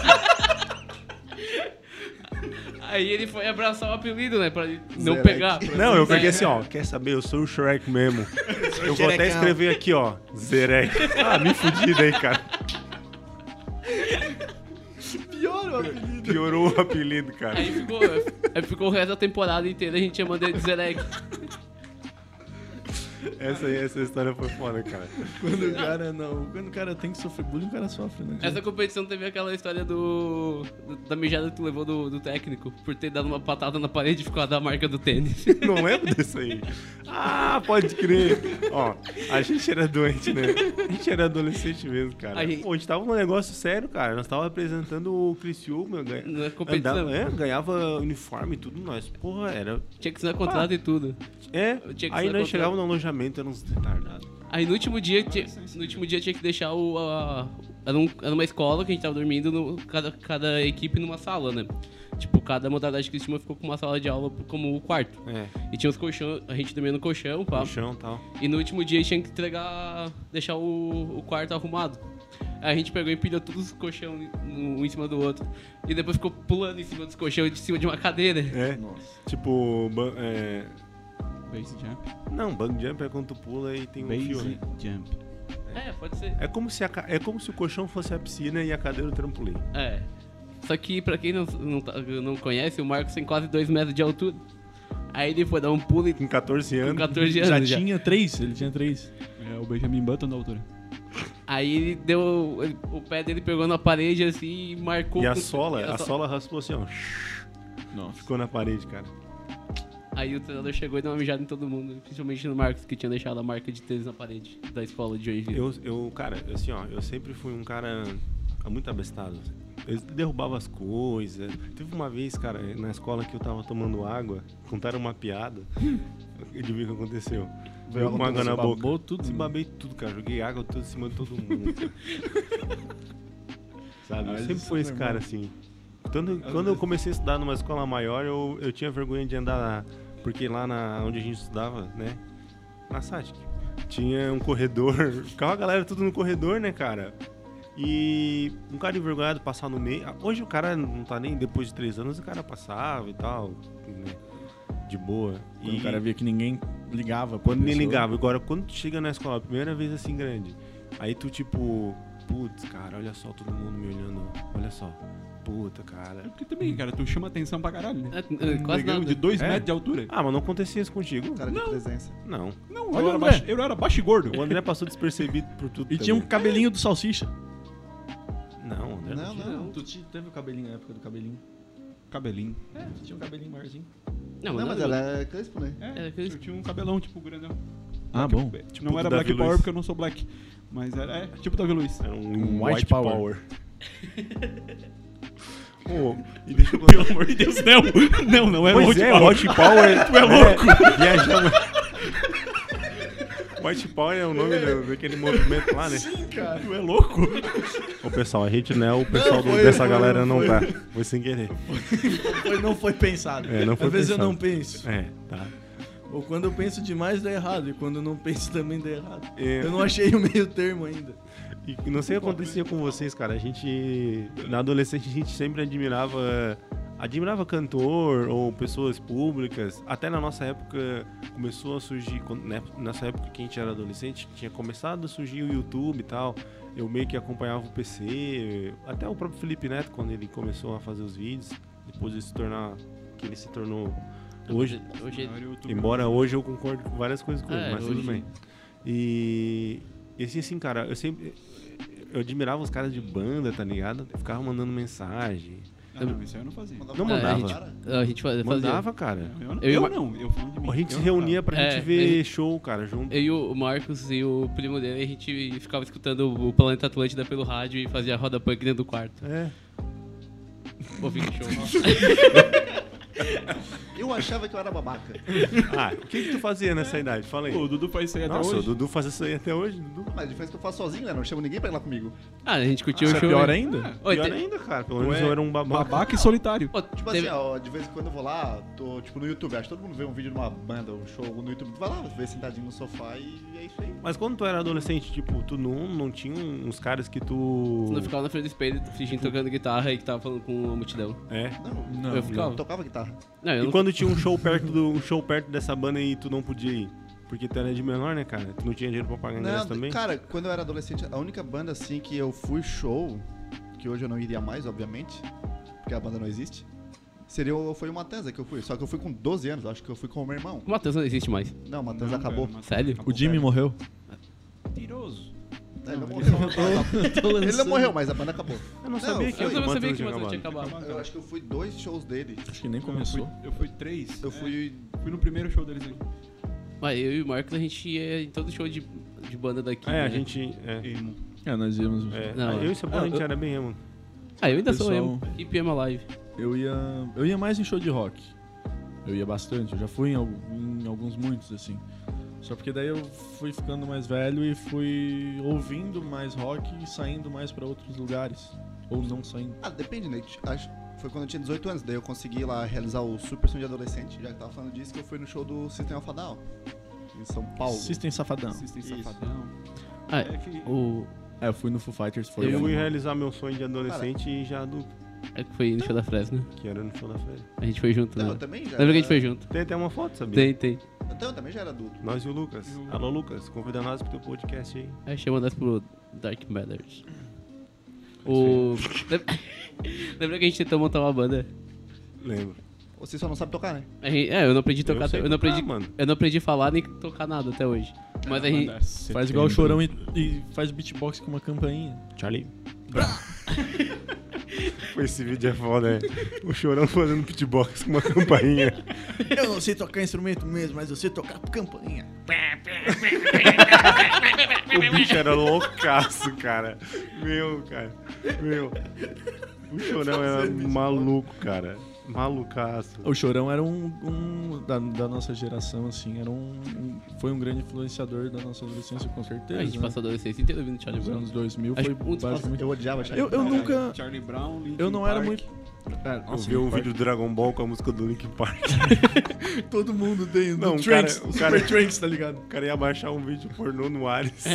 Aí ele foi abraçar o apelido, né? Pra ele não Zerek. pegar. pra- Não, eu peguei assim, ó. Quer saber? Eu sou o Shrek mesmo. Eu vou até Xerecão. escrever aqui, ó. Zerek. Ah, me fudi daí, cara. Pior, ó. Piorou o apelido, cara. Aí ficou, aí ficou o resto da temporada inteira a gente chamando ele de Zerek. Essa, essa história foi foda, cara. Quando o cara não. Quando o cara tem que sofrer bullying, o cara sofre, né? Essa competição teve aquela história do. do- da mijada que tu levou do, do técnico por ter dado uma patada na parede e ficou da marca do tênis. Não lembro disso aí. Ah, pode crer. Ó, a gente era doente, né? A gente era adolescente mesmo, cara. A gente- Pô, a gente tava num negócio sério, cara. Nós tava apresentando o Criciúma. Ganha... Na competição. Andava- é, ganhava uniforme e tudo. Nós, porra, era... Tinha que assinar contrato e tudo. É, Tinha que aí nós ser contra- chegávamos no alojamento, eram uns retardados. Aí no último dia, ti- no último dia tinha que deixar o. a- era, um- era uma escola que a gente tava dormindo, no- cada, cada equipe numa sala, né? Tipo, cada modalidade que estima ficou com uma sala de aula como o quarto. É, E tinha os colchão, a gente dormia no colchão, pá. no chão e tal. E no último dia tinha que entregar. deixar o, o quarto arrumado. Aí a gente pegou e empilhou todos os colchão um em cima do outro. E depois ficou pulando em cima dos colchões, de cima de uma cadeira. É, Nossa. tipo, ban- é, Base jump. não, bang jump é quando tu pula e tem um fio, né? Base jump. É, pode ser. É como, se a ca- é como se o colchão fosse a piscina e a cadeira o trampolim. É. Só que pra quem não, não, tá- não conhece, o Marcos tem quase 2 metros de altura. Aí ele foi dar um pulo e Com 14 com anos. 14 Já anos. Já tinha três, ele tinha três. É o Benjamin Button da altura. Aí ele deu. ele- O pé dele pegou na parede assim e marcou. E a com- sola, e a so- sola raspou assim, ó. Nossa. Ficou na parede, cara. Aí o treinador chegou e deu uma mijada em todo mundo, principalmente no Marcos, que tinha deixado a marca de tênis na parede da escola de Joinville. Eu, eu, cara, assim, ó, eu sempre fui um cara muito abestado. assim. Eu derrubava as coisas. Teve uma vez, cara, na escola que eu tava tomando água, contaram uma piada. Eu devia o que aconteceu. Veio com água na babou boca. tudo. Se babei tudo, cara. Joguei água toda em cima de todo mundo. cara. Sabe? Eu Mas sempre isso fui é esse normal. cara assim. Quando, quando eu comecei a estudar numa escola maior, eu, eu tinha vergonha de andar lá. Porque lá na, onde a gente estudava, né? Na SATIC, tinha um corredor. Ficava a galera tudo no corredor, né, cara? E um cara envergonhado passar no meio. Ah, Hoje o cara não tá nem depois de três anos, o cara passava e tal, né? De boa. Quando e o cara via que ninguém ligava. pra quando nem pessoa. ligava. Agora, quando tu chega na escola, a primeira vez assim grande, aí tu tipo, putz, cara, olha só todo mundo me olhando, ó. olha só. Puta, É cara. porque também, cara, tu chama atenção pra caralho, né? É, é, quase Negão nada. de 2 É? metros de altura. Ah, mas não acontecia isso contigo? Cara de presença. Não. Não, Olha é. eu, o era André. baixo, eu era baixo e gordo. O André passou despercebido por tudo. E tinha um também. cabelinho do salsicha. Não, o André não. Não, tinha. não. Tu te- teve É, o cabelinho na época do cabelinho. Cabelinho. É, tu tinha um cabelinho maiorzinho. Não, Não, mas nada. ela é crespo, né? É, É, aqueles- eu tinha um cabelão, tipo, grandão. Ah, bom. Tipo não do era Davi Black Power Luiz. porque eu não sou black. Mas era, é, tipo Davi Luiz. Era um Um white, white power. power. Ô, e deixa eu contar. amor de Deus, não! Não, não era pois Hot é, Power. white power. tu é louco. viajamos. White Power é o nome do- daquele movimento lá, né? cara. Tu é louco? Ô pessoal, a gente não é o pessoal do- foi- dessa foi- galera não foi. tá. Foi sem querer. Foi- não foi pensado. É, não foi Às vezes eu pensado. não penso. É, tá. Ou quando eu penso demais dá errado. E quando eu não penso também dá errado. É. Eu não achei o meio termo ainda. E não sei o que acontecia com vocês, cara. A gente, na adolescência, a gente sempre admirava. Admirava cantor ou pessoas públicas. Até na nossa época começou a surgir. quando- né, Nessa época que a gente era adolescente, tinha começado a surgir o YouTube e tal. Eu meio que acompanhava o PC. Até o próprio Felipe Neto, quando ele começou a fazer os vídeos. Depois de se tornar. Que ele se tornou hoje. Hoje Era o YouTube. Embora hoje eu concorde com várias coisas com ele, É, mas tudo hoje- bem. E, e assim, assim, cara, eu sempre. Eu admirava os caras de banda, tá ligado? Eu ficava mandando mensagem. Ah, não, isso aí eu não fazia. Não um É, a mandava. gente, a gente fazia. Mandava, cara. Eu não, Eu e eu, o Ma- não, eu falando de mim. A gente se eu não reunia pra É, gente ver ele- show, cara, junto. Eu e o Marcos e o primo dele, a gente ficava escutando o Planeta Atlântida pelo rádio e fazia roda punk dentro do quarto. É. Ouvindo show. Eu achava que eu era babaca. Ah, o que, que tu fazia nessa idade? Fala aí. tava. Pô, o Dudu faz isso aí até Nossa, o hoje. Dudu faz isso aí até hoje, Dudu. Mas a diferença é que eu faço sozinho, né? Não chamo ninguém pra ir lá comigo. Ah, a gente curtiu Isso o é show. pior né? ainda? Oi, Pior te- ainda, cara. Pelo Tu menos é eu era um babaca. Babaca e solitário. Pô, Tipo teve- assim, ó, de vez em quando eu vou lá, tô tipo no YouTube, acho que todo mundo vê um vídeo de uma banda, um show no YouTube, vai lá, vê sentadinho no sofá e é isso aí. Mas quando tu era adolescente, tipo, tu não, não tinha uns caras que tu. Tu não ficava na frente do espelho fingindo tocando guitarra e que tava falando com a multidão. É. Não, eu ficava. eu tocava guitarra. Não, eu E não- quando tinha um show perto do um show perto dessa banda e tu não podia ir? Porque tu era de menor, né, cara? Tu não tinha dinheiro pra pagar ingresso Não, também? cara, quando eu era adolescente, a única banda assim que eu fui show, que hoje eu não iria mais, obviamente, porque a banda não existe, seria o, foi o Matanza que eu fui. Só que eu fui com 12 anos, acho que eu fui com o meu irmão. O Matheus não existe mais. Não, o Matanza Não, acabou. cara, mas- Sério? Então acabou, O Jimmy cara. morreu. Mentiroso. É, Ele não Não, morreu. Ele não lançando. morreu, mas a banda acabou. Eu não sabia eu- que Eu também Matanza sabia que o Matheus acabado. tinha acabado. Eu acho que eu fui dois shows dele. Acho que nem Começou. começou. Eu fui, eu fui três. Eu é, fui. fui no primeiro show deles aí. Mas eu e o Marcos, a gente ia em todo show de, de banda daqui. É, a né? gente. É, Emo. É, nós íamos. é. Não, eu e o Cebola, a Ah, gente eu- era bem né, emo. Ah, eu ainda sou eu. Pessoal- Keep Em Alive. Eu ia. Eu ia mais em show de rock. Eu ia bastante, eu já fui em, al- em alguns muitos, assim. Só porque daí eu fui ficando mais velho e fui ouvindo mais rock e saindo mais pra outros lugares. Ou não saindo. Ah, depende, né? Acho- Foi quando eu tinha 18 anos, daí eu consegui lá realizar o Super Som de Adolescente, já que tava falando disso, que eu fui no show do System of a Down, em São Paulo. System Safadão. System Isso. Safadão. Ah, É que- O, É, eu fui no Foo Fighters, foi um- Eu bom. fui realizar meu sonho de adolescente e já adulto, é que foi no show da Fresno. que era no show da feira. A gente foi junto, né? Então, eu também já Lembra que a era- gente foi junto? Tem até uma foto, sabia? Tem, tem. Então, eu também já era adulto. Nós e o Lucas. Alô, Lucas, convida nós pro teu podcast aí. Aí chama nós pro Dark Matters. O. Lembra- Lembra que a gente tentou montar uma banda? Lembro. Você só não sabe tocar, né? A gente- É, eu não aprendi tocar. Eu até- sei Eu, não tocar, aprendi. mano. Eu não aprendi a falar nem tocar nada até hoje. Mas a gente. Faz igual o chorão e, e faz beatbox com uma campainha. Charlie. Pô, Esse vídeo é foda, né? O chorão fazendo pitbox com uma campainha. Eu não sei tocar instrumento mesmo, mas eu sei tocar campainha. O bicho era loucaço, cara. Meu, cara. Meu. O chorão era maluco, cara. Malucaço. O Chorão era um, um da, da nossa geração, assim, era um, um- foi um grande influenciador da nossa adolescência, com certeza. A gente né? passou a adolescência inteira ouvindo Charlie Os Brown. anos 2000 Acho foi que um dos basicamente... Eu odiava achar Eu, eu nunca... É, Charlie Brown, Linkin Eu não era Park. muito... É, Eu nossa, vi um vídeo do Dragon Ball com a música do Linkin Park. todo mundo tem Não, do o cara- Trunks, o do cara- Super Trunks, tá ligado? O cara ia baixar um vídeo pornô no Ares.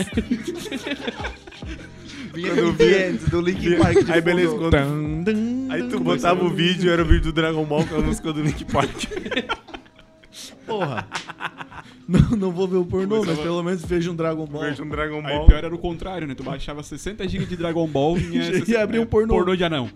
Vinha quando eu do vi- Bands, do Linkin Park. de Aí beleza, fundo. quando... Tá. Aí tu botava o vídeo, era o vídeo do Dragon Ball com a música do Linkin Park. Porra! não, não vou ver o pornô, mas Começava- pelo menos vejo um Dragon Ball. Vejo um Dragon Aí Ball. pior era o contrário, né? Tu baixava 60 GB de Dragon Ball vinha E 60 abria um é, pornô. Pornô de anão.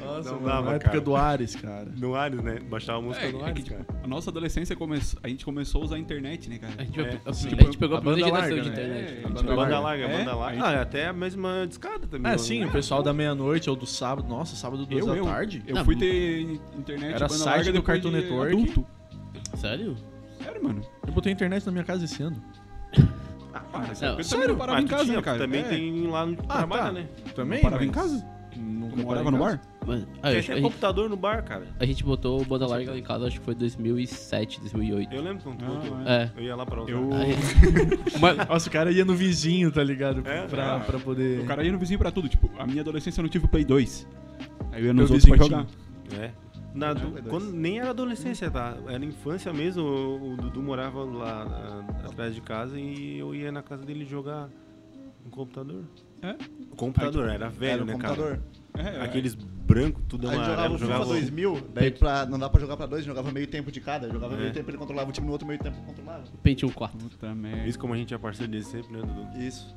Nossa, Não mano, dava, na época cara. do Ares, cara. No Ares, né? Baixava a música É, no é que, Ares, tipo, cara. a nossa adolescência, come... a gente começou a usar a internet, né, cara? A gente, É, a- a- sim. a gente pegou a assim, Tipo, primeira A banda geração de larga, né? internet. É, né? a Banda, Banda larga, larga. banda É? larga. Ah, até a mesma discada também. É, né? sim, o pessoal da meia-noite ou do sábado, nossa, sábado duas Eu, da eu, tarde. eu Não, fui ter internet era banda site larga do depois Cartoon de Network. adulto. Sério? Sério, mano. Eu botei internet na minha casa esse ano. Ah, mas Não, eu sério? também não parava Mas em tu casa, tinha, né, cara? Também É, tem lá no Ah, trabalho, tá. né? Também? parava em mas- casa? Nunca Tu parei morava em no casa. bar? Mano, Tem ah, eu acho- a, até gente, computador no bar, cara. a gente botou o Banda Larga lá em casa, acho que foi 2007, 2008. Eu lembro quando tu Ah, voltou. é. É. Eu ia lá pra usar. Eu- Mas, Nossa, o cara ia no vizinho, tá ligado? É, pra, é. pra poder. O cara ia no vizinho pra tudo. Tipo, a minha adolescência eu não tive o Play 2. Aí eu ia nos Meu outros pra vizinho jogar. É. Na Du- dois. quando nem era adolescência, tá? Era infância mesmo. O, o Dudu morava lá ah, atrás de casa e eu ia na casa dele jogar um computador. É? O computador, era velho, Era o né, computador. É, cara? Aqueles branco, tudo Aí jogava amarelo. o FIFA 2000, daí pra, não dá pra jogar pra dois, jogava meio tempo de cada. Jogava É. meio tempo, ele controlava o time, no outro meio tempo controlava. Pentium 4. Puta merda. Isso como a gente é parceiro dele sempre, né, Dudu? Isso.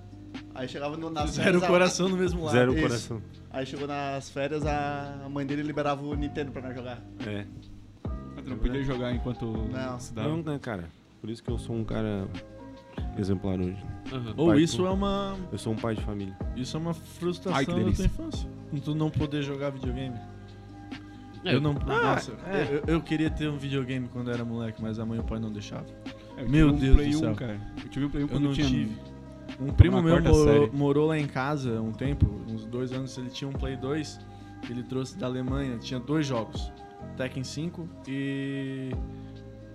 Aí chegava no, nas Era o férias, a- coração no mesmo lado. Zero isso. coração. Aí chegou nas férias, a mãe dele liberava o Nintendo pra nós jogar. É. Ah, tu não podia jogar enquanto Não. estudava. Não, né, cara? Por isso que eu sou um cara exemplar hoje. Aham. Ou Pai, isso tu- é uma. Eu sou um pai de família. Isso é uma frustração Ai, que da tua delícia. infância. Tu não poder jogar videogame. É, eu não. nossa, é. eu, eu queria ter um videogame quando era moleque, mas a mãe e o pai não deixavam. É, eu Meu tive um Deus do Play 1, céu. cara. Eu tive um Play 1 Eu quando não tinha tive. Um primo na meu quarta morou, série. morou lá em casa um tempo, uns dois anos, ele tinha um Play 2 que ele trouxe da Alemanha, tinha dois jogos. Tekken 5 e.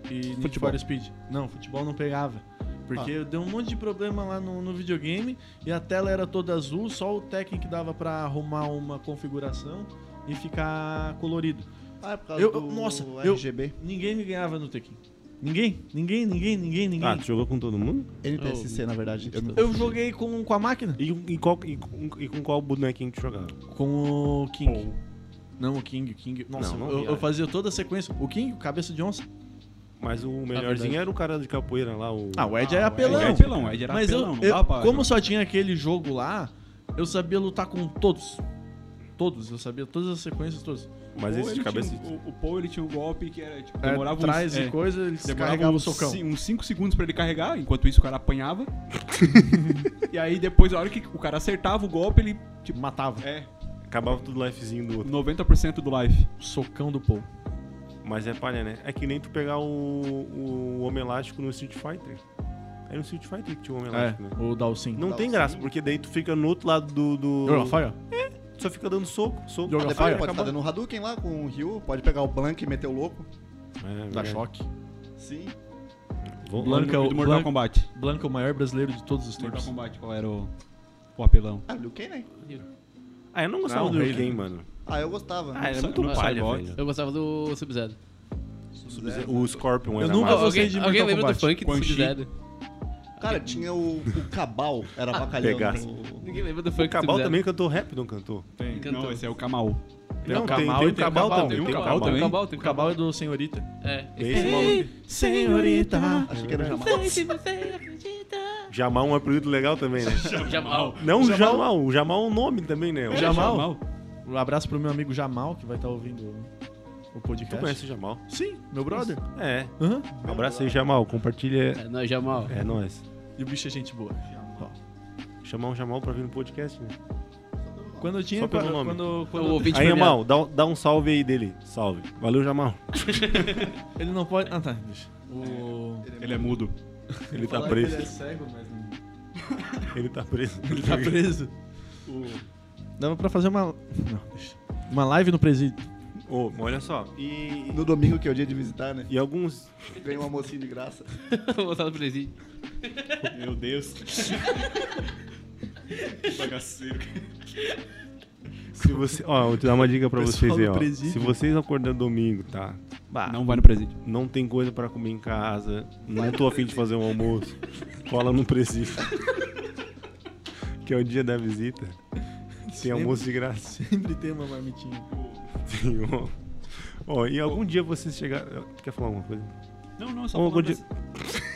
E Need Futebol. Ah. for Speed. Não, futebol não pegava. Porque deu um monte de problema lá no, no videogame e a tela era toda azul, só o Tekken que dava pra arrumar uma configuração e ficar colorido. Ah, é por causa Eu- eu- do nossa, eu- RGB. Ninguém me ganhava no Tekken. Ninguém, ninguém, ninguém, ninguém, ninguém. Ah, tu jogou com todo mundo? NTSC, na verdade. tipo, Eu, eu joguei com, com a máquina. E, e qual- e com- e com qual bonequinho tu jogava? Com o King. Não, o King, o King. Nossa, Não, não eu, viaja. é. eu fazia toda a sequência. O King, o cabeça de onça. Mas o melhorzinho verdade. era o cara de capoeira lá, o. Ah, o Ed Ah, era o apelão. Ed era apelão, o Ed era Mas apelão, eu, não eu- dá pra- como só tinha aquele jogo lá, eu sabia lutar com todos. Todos, eu sabia todas as sequências todas. Mas Ou esse ele de cabeça. tinha um- o, o Paul ele tinha um golpe que era tipo, é, demorava trás uns, e coisa, eles demorava carregavam o uns socão. ci- uns 5 segundos pra ele carregar, enquanto isso o cara apanhava. e aí depois, a hora que o cara acertava o golpe, ele tipo, Matava. é Acabava tudo lifezinho do outro. 90% do life. Socão do Paul. Mas é palha, né? É que nem tu pegar o, o Homem Elástico no Street Fighter. Era no Street Fighter que tinha o Homem Elástico, né? É, o Dalsin. Não tem graça, porque daí tu fica no outro lado do. do... É. Eu, Rafael. Só só fica dando soco, soco. Yoga Ah, Depois Fire. pode estar acabou. dando um Hadouken lá com o Ryu, pode pegar o Blank e meter o louco. É, Dá verdade. choque. Sim. Vou- Blanca, Do Mortal Blanca, Kombat. Blanca, é o maior brasileiro de todos os Mortal tempos. Kombat, qual era o, o apelão? Ah, Liu Kang, né? Ah, eu não gostava Não, do Liu Raiden. Kang, mano. Ah, eu gostava. Ah, era Só- muito não, palha, Cyborg. velho. Eu gostava do Sub-Zero. Sub-Zero. O Scorpion Eu era nunca- massa. gostei Alguém, de alguém Mortal lembra Kombat. do funk do Quan Chi. Sub-Zero? Cara, tinha o, o Cabal, era bacalhau. né? Pegasse. no- Ninguém lembra do funk O do Cabal Sub-Zero. também cantou rap, não cantou? Tem. Cantor. Não, esse é o Kamau. Tem o Não, tem- Cabal tem e o Cabal também, Tem tem o o Cabal Cabal também. Tem o Cabal, O tem o Cabal é do Senhorita. É. É esse maluco. Senhorita. Achei que era Jamal. Jamal é um apelido legal também, né? Jamal. Não, o Jamal- Jamal. O Jamal é um nome também, né? O Jamal. Um abraço pro meu amigo Jamal, que vai estar ouvindo o podcast. Tu conhece o Jamal? Sim, meu brother. É. Aham. Um abraço aí, Jamal. Compartilha. É, não, é Jamal. É nóis. E o bicho é gente boa. Ó. Chamar um Jamal pra vir no podcast, né? Quando eu tinha. Só pelo quando, nome. Quando, Eu quando ouvi- Vídeo Aí, premiado. Jamal, dá, dá um salve aí dele. Salve. Valeu, Jamal. Ele não pode. Ah, tá. deixa. O. Ele é mudo. Ele tá Falaram que preso. Ele é cego, mas não. Ele tá preso. Ele tá preso. Dava pra fazer uma. Não, deixa. Uma live no presídio. Ô, mas olha só. E, No domingo, que é o dia de visitar, né? e alguns. Ganhei uma mocinha de graça. Vou botar no presídio. Meu Deus. Bagaceiro. Se você, ó, vou te dar uma dica pra Pessoal vocês aí, do ó. presídio. Se vocês acordam domingo, tá? Bah, Não vai no presídio. não tem coisa pra comer em casa, não tô afim de fazer um almoço, cola no presídio. que é o dia da visita. Tem almoço de graça. Sempre tem uma marmitinha. Tem um- Ó, e algum dia vocês chegaram. Tu quer falar alguma coisa? Não, não, só Algum falando dia- dessa,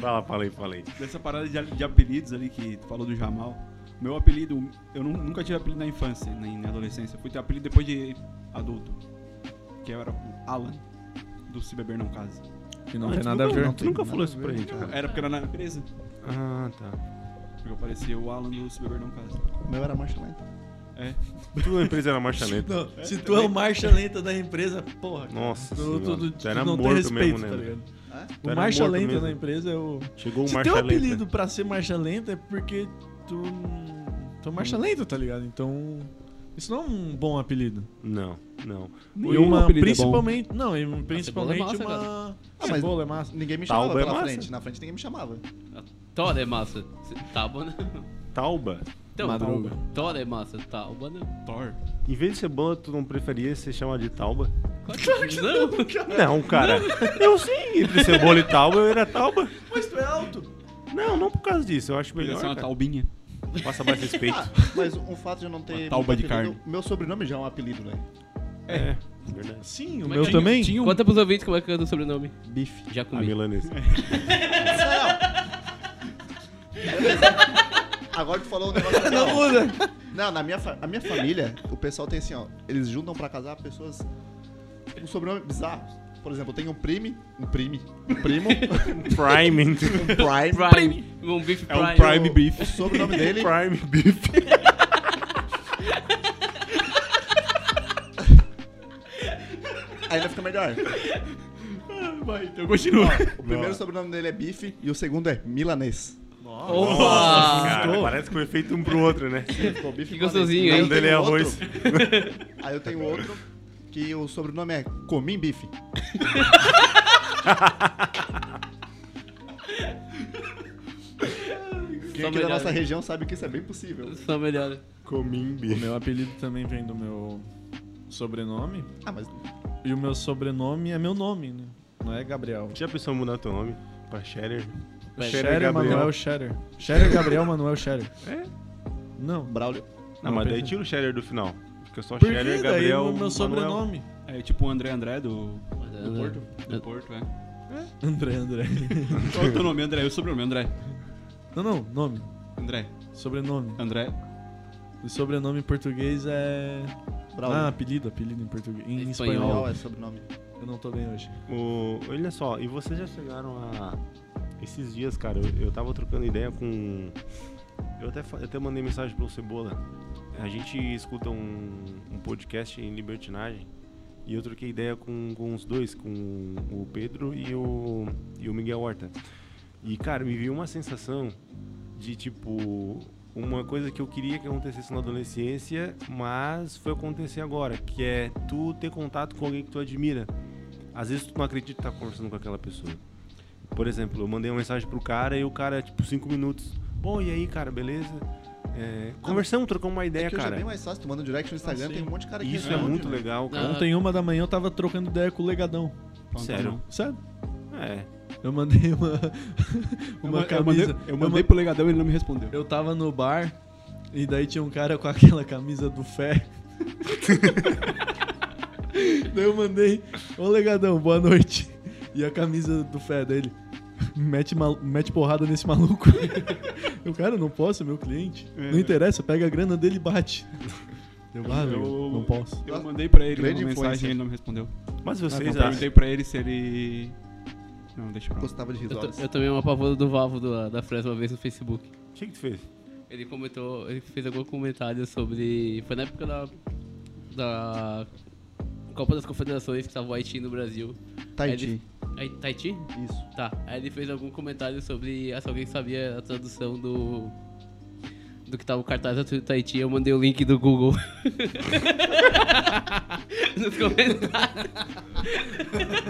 Vai lá, fala aí, fala aí. dessa parada de, de apelidos ali que tu falou do Jamal. Meu apelido, eu nu- nunca tive apelido na infância, nem na adolescência. Fui ter apelido depois de adulto. Que eu era o Alan, do Se Beber Não Casa. Que não Ah, tem tu nada a nunca- ver. É. não, tu nunca falou isso pra gente, cara. Era porque era na empresa. Ah, tá. Porque eu parecia o Alan do Se Beber Não Casa. O meu era marcha lenta. É. Tu na empresa era marcha lenta. Não, se tu é o marcha lenta da empresa, porra. cara, Tá Nossa tu, tu, senhora. tu, Tu tu era não tem morto mesmo, respeito, né, tá velho? ligado? Tu O era marcha morto lenta mesmo. da empresa é o. Chegou um Se marcha teu lenta. apelido pra ser marcha lenta é porque tu. Tu é marcha lenta, tá ligado? Então. Isso não é um bom apelido. Não, não. E Nenhum uma, apelido é bom. principalmente. Não, e é principalmente massa, uma. Ah, mas- Cebola é massa. Ninguém me Tauba chamava é pela massa. frente. Na frente ninguém me chamava. Tora é massa. Cê- Tauba não. Tauba. Então, Madruga. Tora é massa. Tauba não. Thor. Em vez de cebola, tu não preferia ser chamado de tauba? Claro que não. Não, cara. Eu sim, entre cebola e tauba, eu era tauba. Mas tu é alto! Não, não por causa disso. Eu acho melhor. Podia ser é uma Cara. taubinha. Passa mais respeito. Ah, mas um fato de eu não ter. muito tauba de apelido, Meu sobrenome já é um apelido, né? É, verdade. Sim, Mas o meu tinha- também. Tinha um... Conta pros ouvintes como é que canta o sobrenome. Bife. Já A comi. milanesa. Agora tu falou um negócio legal. Não muda! Não, na minha, fa- a minha família, o pessoal tem assim, ó. Eles juntam pra casar pessoas com sobrenome bizarro. Por exemplo, eu tenho um prime, um prime, um primo, um Prime. prime. Prime. Um bife É um prime. prime beef. O sobrenome dele, Prime bife. ainda fica melhor. Vai, então continua. O primeiro sobrenome dele é bife e o segundo é milanês. Opa! Cara, parece que foi feito um pro outro, né? Ficou bife Que milanês. gostosinho, Aí hein? O eu dele é tenho outro- arroz. Aí eu tenho outro que o sobrenome é comim bife. Quem Só é da melhor, nossa né? região sabe que isso é bem possível. Só melhor. Comim O bife. meu apelido também vem do meu sobrenome. Ah, mas E o meu sobrenome é meu nome, né? Não é Gabriel. Já pensou em mudar teu nome pra Scherer? Vai, Scherer Scherer Gabriel. Manuel Scherer. Scherer Gabriel Manuel Scherer. É? Não. Braulio. Não, Não, mas daí pensa. tira o Scherer do final. Fica só Por Scherer, que daí Gabriel, o meu Manuel. sobrenome? É tipo o André André do... Do Porto? Do Porto, é. André, André. Qual é o teu nome, André? E o sobrenome, André? Não, não, nome. André. Sobrenome. André. O sobrenome em português é. Braulio. Ah, apelido, apelido em português. Em espanhol. Espanhol. Qual é sobrenome? Eu não tô bem hoje. O- olha só, e vocês já chegaram a. Esses dias, cara, eu, eu tava trocando ideia com. Eu até, fa- eu até mandei mensagem pro Cebola. A gente escuta um, um podcast em libertinagem. E eu troquei ideia com, com os dois, com o Pedro e o, e o Miguel Horta. E, cara, me veio uma sensação de tipo. uma coisa que eu queria que acontecesse na adolescência, mas foi acontecer agora, que é tu ter contato com alguém que tu admira. Às vezes tu não acredita que tá conversando com aquela pessoa. Por exemplo, eu mandei uma mensagem pro cara e o cara, tipo, cinco minutos. Bom, e aí, cara, beleza? É, conversamos, trocamos uma ideia, é que hoje é cara. Ah, bem mais fácil, tu manda um direct no Instagram, sim. tem um monte de cara que Isso é responde, muito né? legal, cara. Ontem, uma da manhã, eu tava trocando ideia com o Legadão. Sério. Sério? É. Eu mandei uma, uma Uma eu, camisa. mandei, eu mandei pro legadão e ele não me respondeu. Eu tava no bar e daí tinha um cara com aquela camisa do fé. daí eu mandei, ô legadão, boa noite. E a camisa do fé dele. Mete, mal- mete porrada nesse maluco. eu, cara, não posso, é meu cliente. É. Não interessa, pega a grana dele e bate. Eu, ah, Eu- meu, não posso. Eu mandei pra ele Grande uma mensagem influencer. e ele não me respondeu. Mas Eu vocês acham. perguntei pra ele se ele. Não, deixa pra lá. Gostava de Eu, risotas. to- eu tomei uma pavora do Valvo do- da Fresno uma vez no Facebook. O que, que tu fez? Ele comentou, ele fez algum comentário sobre. Foi na época da. da Copa das Confederações que tava o Haiti no Brasil. Tahiti. Aí, ele- Aí- Tahiti? Isso. Tá. Aí ele fez algum comentário sobre ah, se alguém sabia a tradução do. do que tava o cartaz do Tahiti. Eu mandei o link do Google. Nos comentários.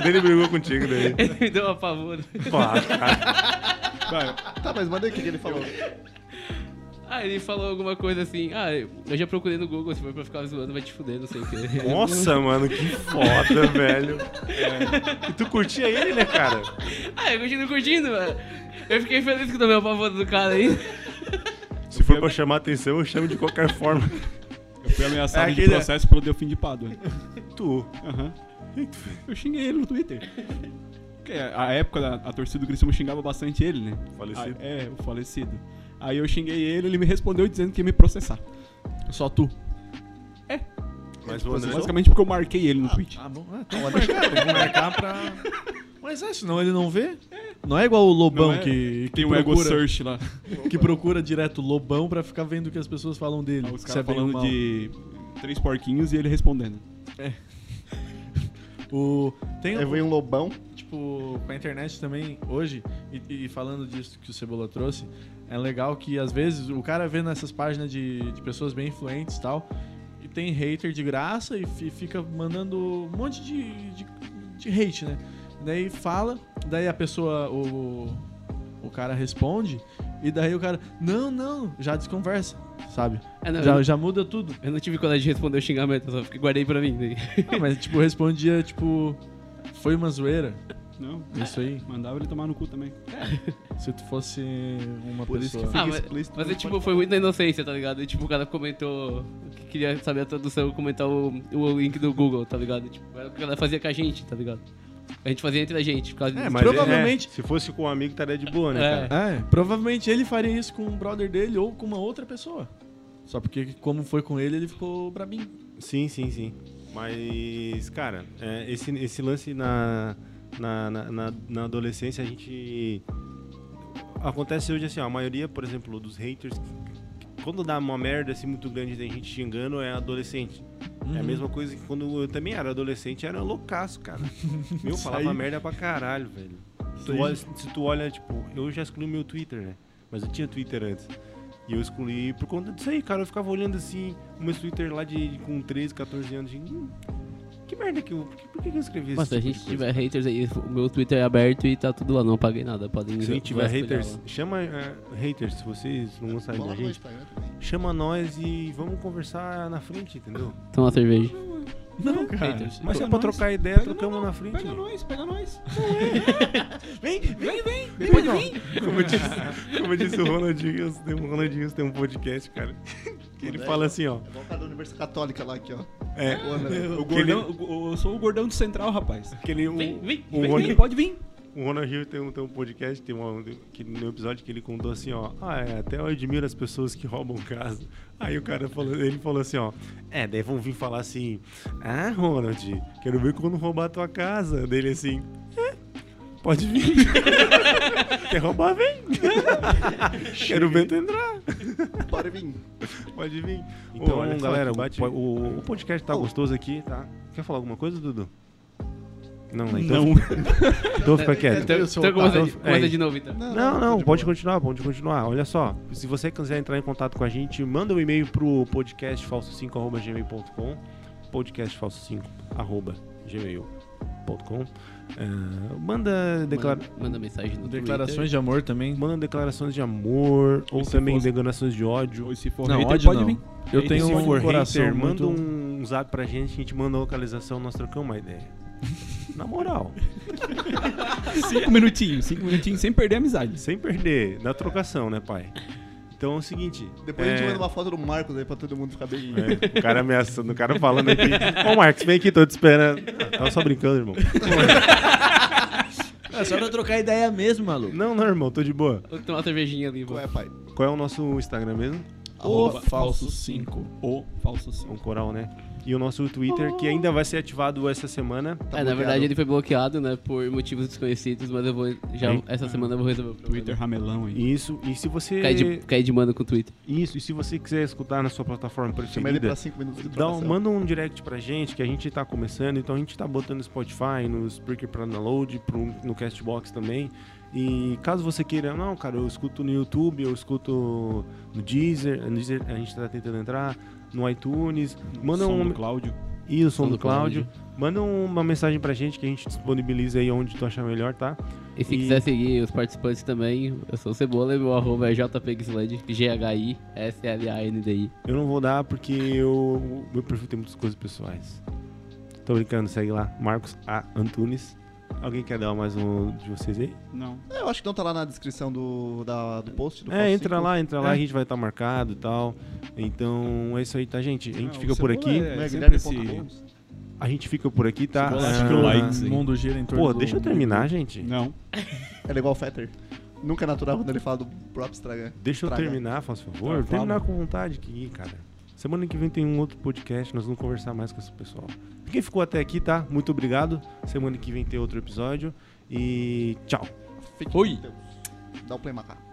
Ele brigou contigo daí. Ele me deu um uma pavor. Pá, cara. Tá, mas manda aí o que que ele falou. Ah, ele falou alguma coisa assim. Ah, eu já procurei no Google, se for pra ficar zoando, vai te fuder, não sei o É que. Nossa, mano, que foda, velho. É. E tu curtia ele, né, cara? Ah, eu continuo curtindo, mano. Eu fiquei feliz que eu tomei a pavada do cara aí. Se for pra chamar atenção, eu chamo de qualquer forma. Eu fui ameaçado É de aquele- processo pelo Delfim de Pádua. Tu. Aham. Eu xinguei ele no Twitter. Porque a época da a torcida do Criciúma xingava bastante ele, né? Falecido. Ah, é, o falecido. Aí eu xinguei ele, ele me respondeu dizendo que ia me processar. Só tu. Mas o André. Basicamente porque eu marquei ele no tweet. Ah, bom. Ah, tem que marcar, tem que marcar pra. Mas é, senão ele não vê. Não é igual o Lobão Não é- que, que Tem um ego procura. search lá. que procura direto Lobão pra ficar vendo o que as pessoas falam dele. Ah, Os se caras é bem ou falando mal. de três porquinhos e ele respondendo. O... Tem É Eu um, vi um lobão. tipo, com a internet também, hoje, e, e falando disso que o Cebola trouxe, é legal que às vezes o cara vê nessas páginas de, de pessoas bem influentes e tal, e tem hater de graça e fi- fica mandando um monte de, de, de hate, né? Daí fala, daí a pessoa, o, o cara responde, e daí o cara, não, não, já desconversa, sabe? Ah, não, eu, Já, não- já muda tudo. eu não tive coragem de responder o xingamento, eu só fiquei- guardei pra mim. Daí. Ah, mas tipo, respondia, tipo, foi uma zoeira. Não, é. Isso aí. mandava ele tomar no cu também. Se tu fosse uma Por isso pessoa. que fica Ah, mas, explícito. mas é, né? não tipo, pode foi muito na inocência, tá ligado? E, tipo, o cara comentou que queria saber a tradução, comentar o, o link do Google, tá ligado? Tipo, era o que o cara fazia com a gente, tá ligado? A gente fazia entre a gente, por causa É, disso. mas Provavelmente- é, se fosse com um amigo, estaria de boa, né, É. cara? É, provavelmente ele faria isso com um brother dele ou com uma outra pessoa. Só porque, como foi com ele, ele ficou brabinho. Sim, sim, sim. Mas, cara, é, esse, esse lance na, na, na, na- na adolescência, a gente. Acontece hoje assim, ó, a maioria, por exemplo, dos haters, quando dá uma merda assim muito grande, tem gente xingando, é adolescente. É a Uhum. mesma coisa que quando eu também era adolescente, era loucaço, cara. Eu falava aí. merda pra caralho, velho. Tu aí. olha- se tu olha, tipo, eu já excluí meu Twitter, né? Mas eu tinha Twitter antes. E eu excluí por conta disso aí, cara. Eu ficava olhando assim, o meu Twitter lá de, com 13, 14 anos. Assim, hum, que merda que eu. Por que, por que que eu escrevi tipo isso? Mas se a gente tiver haters aí, o meu Twitter é aberto e tá tudo lá, não paguei nada. Podem Se a ir- gente tiver vasculhar haters, lá. chama eh, haters, se vocês não gostarem Bola da no gente, Instagram também. chama nós e vamos conversar na frente, entendeu? Toma uma cerveja. Não, cara. Haters. Mas se é Pega pra nós. trocar ideia, Pega trocamos nós, na frente. Pega né? nós, pega nós. Vem, vem, vem. Pode vir. Como eu disse, como eu disse, o Ronaldinho Wilson tem um, o Ronaldinho Wilson tem um podcast, cara. Que ele fala assim, ó. É igual o cara da Universidade Católica lá, aqui, ó. É, O André. Eu, Que ele- gordão- eu- eu sou o gordão do central, rapaz. que ele, o, Vem, vem, o vem, Rony- Vem, pode vir. o Ronaldinho tem um, tem um podcast, tem uma, que, no episódio que ele contou assim, ó. Ah, é, até eu admiro as pessoas que roubam casa. Aí o cara falou, ele falou assim, ó. É, daí vão vir falar assim, ah, Ronald, quero ver quando roubar a tua casa. Dele assim, é, pode vir. Quer roubar, vem. quero ver tu entrar. Bora vir. Pode vir. Então, Então, olha só galera, que o, bate- po- o- o podcast tá gostoso aqui, tá? Quer falar alguma coisa, Dudu? Não, né? então, Não. então fica quieto. Então, Eu sou então começa, otário. de, começa É. de novo, então. Não, tá não, pode continuar, pode continuar. Olha só, se você quiser entrar em contato com a gente, manda um e-mail pro podcastfalso5.gmail.com podcastfalso5.gmail.com É, Manda, declara Manda, manda mensagem no Declarações de amor também. manda declarações de amor ou se também fosse- declarações de ódio. Ou se for Não, hater, ódio pode não. vir. Eu tenho se um for coração hater, muito... manda um zap pra gente, que a gente manda a localização, nós trocamos uma ideia. Na moral, Cinco minutinhos, cinco minutinhos sem perder a amizade. sem perder, na trocação, né, pai? Então é o seguinte. Depois a gente é, manda uma foto do Marcos aí pra todo mundo ficar bem. É, o cara ameaçando, o cara falando aqui. Ô, Marcos, vem aqui, tô te esperando. Tava só brincando, irmão. É só pra trocar ideia mesmo, maluco. Não, não, irmão, tô de boa. Twitter. Vou tomar uma cervejinha ali, Qual vou. é, pai? Qual é o nosso Instagram mesmo? O falso 5. O falso 5. O Coral, né? E o nosso Twitter, que ainda vai ser ativado essa semana. Tá É, na bloqueado. verdade ele foi bloqueado, né, por motivos desconhecidos, mas eu vou, já, Hein? essa semana eu vou resolver o problema. Twitter ramelão aí. Isso, e se você. Cair de, cair de mano com o Twitter. Isso, e se você quiser escutar na sua plataforma Chama ele pra preferida. 5 minutos de Dá um, trocação. manda um direct pra gente, que a gente tá começando, então a gente tá botando no Spotify, no Spreaker pra download, pro, no Castbox também. E caso você queira, não, cara, eu escuto no YouTube, eu escuto no Deezer, no Deezer a gente tá tentando entrar, no iTunes. Manda Som um. do Cláudio. E o som, Som do, do Cláudio. Manda um, uma mensagem pra gente que a gente disponibiliza aí onde tu achar melhor, tá? E se E- quiser seguir os participantes também, eu sou o Cebola e meu arroba é jpgsland, G-H-I-S-L-A-N-D-I. Eu não vou dar porque eu, meu perfil tem muitas coisas pessoais. Tô brincando, segue lá. Marcos A. Antunes. Alguém quer dar mais um de vocês aí? Não. É, Eu acho que não tá lá na descrição do, da- do post. Do É, falso entra cinco. lá, entra lá, É. a gente vai estar marcado e tal. Então é isso aí, tá, gente? A gente Ah, o fica por Cebola aqui. É Não é sempre Guilherme.com? A gente fica por aqui, tá? Cebola, Ah, acho que é o um likes aí. O mundo gira em torno Pô, do- deixa eu terminar, gente. Não. Ela é igual o Fetter. Nunca é natural quando ele fala do próprio estragar. Deixa eu Traga. terminar, faz favor. Tá, fala. terminar com vontade aqui, cara. Semana que vem tem um outro podcast, nós vamos conversar mais com esse pessoal. Quem ficou até aqui, tá? Muito obrigado. Semana que vem tem outro episódio. E tchau. Fique Oi. com Deus. Dá o play macaco.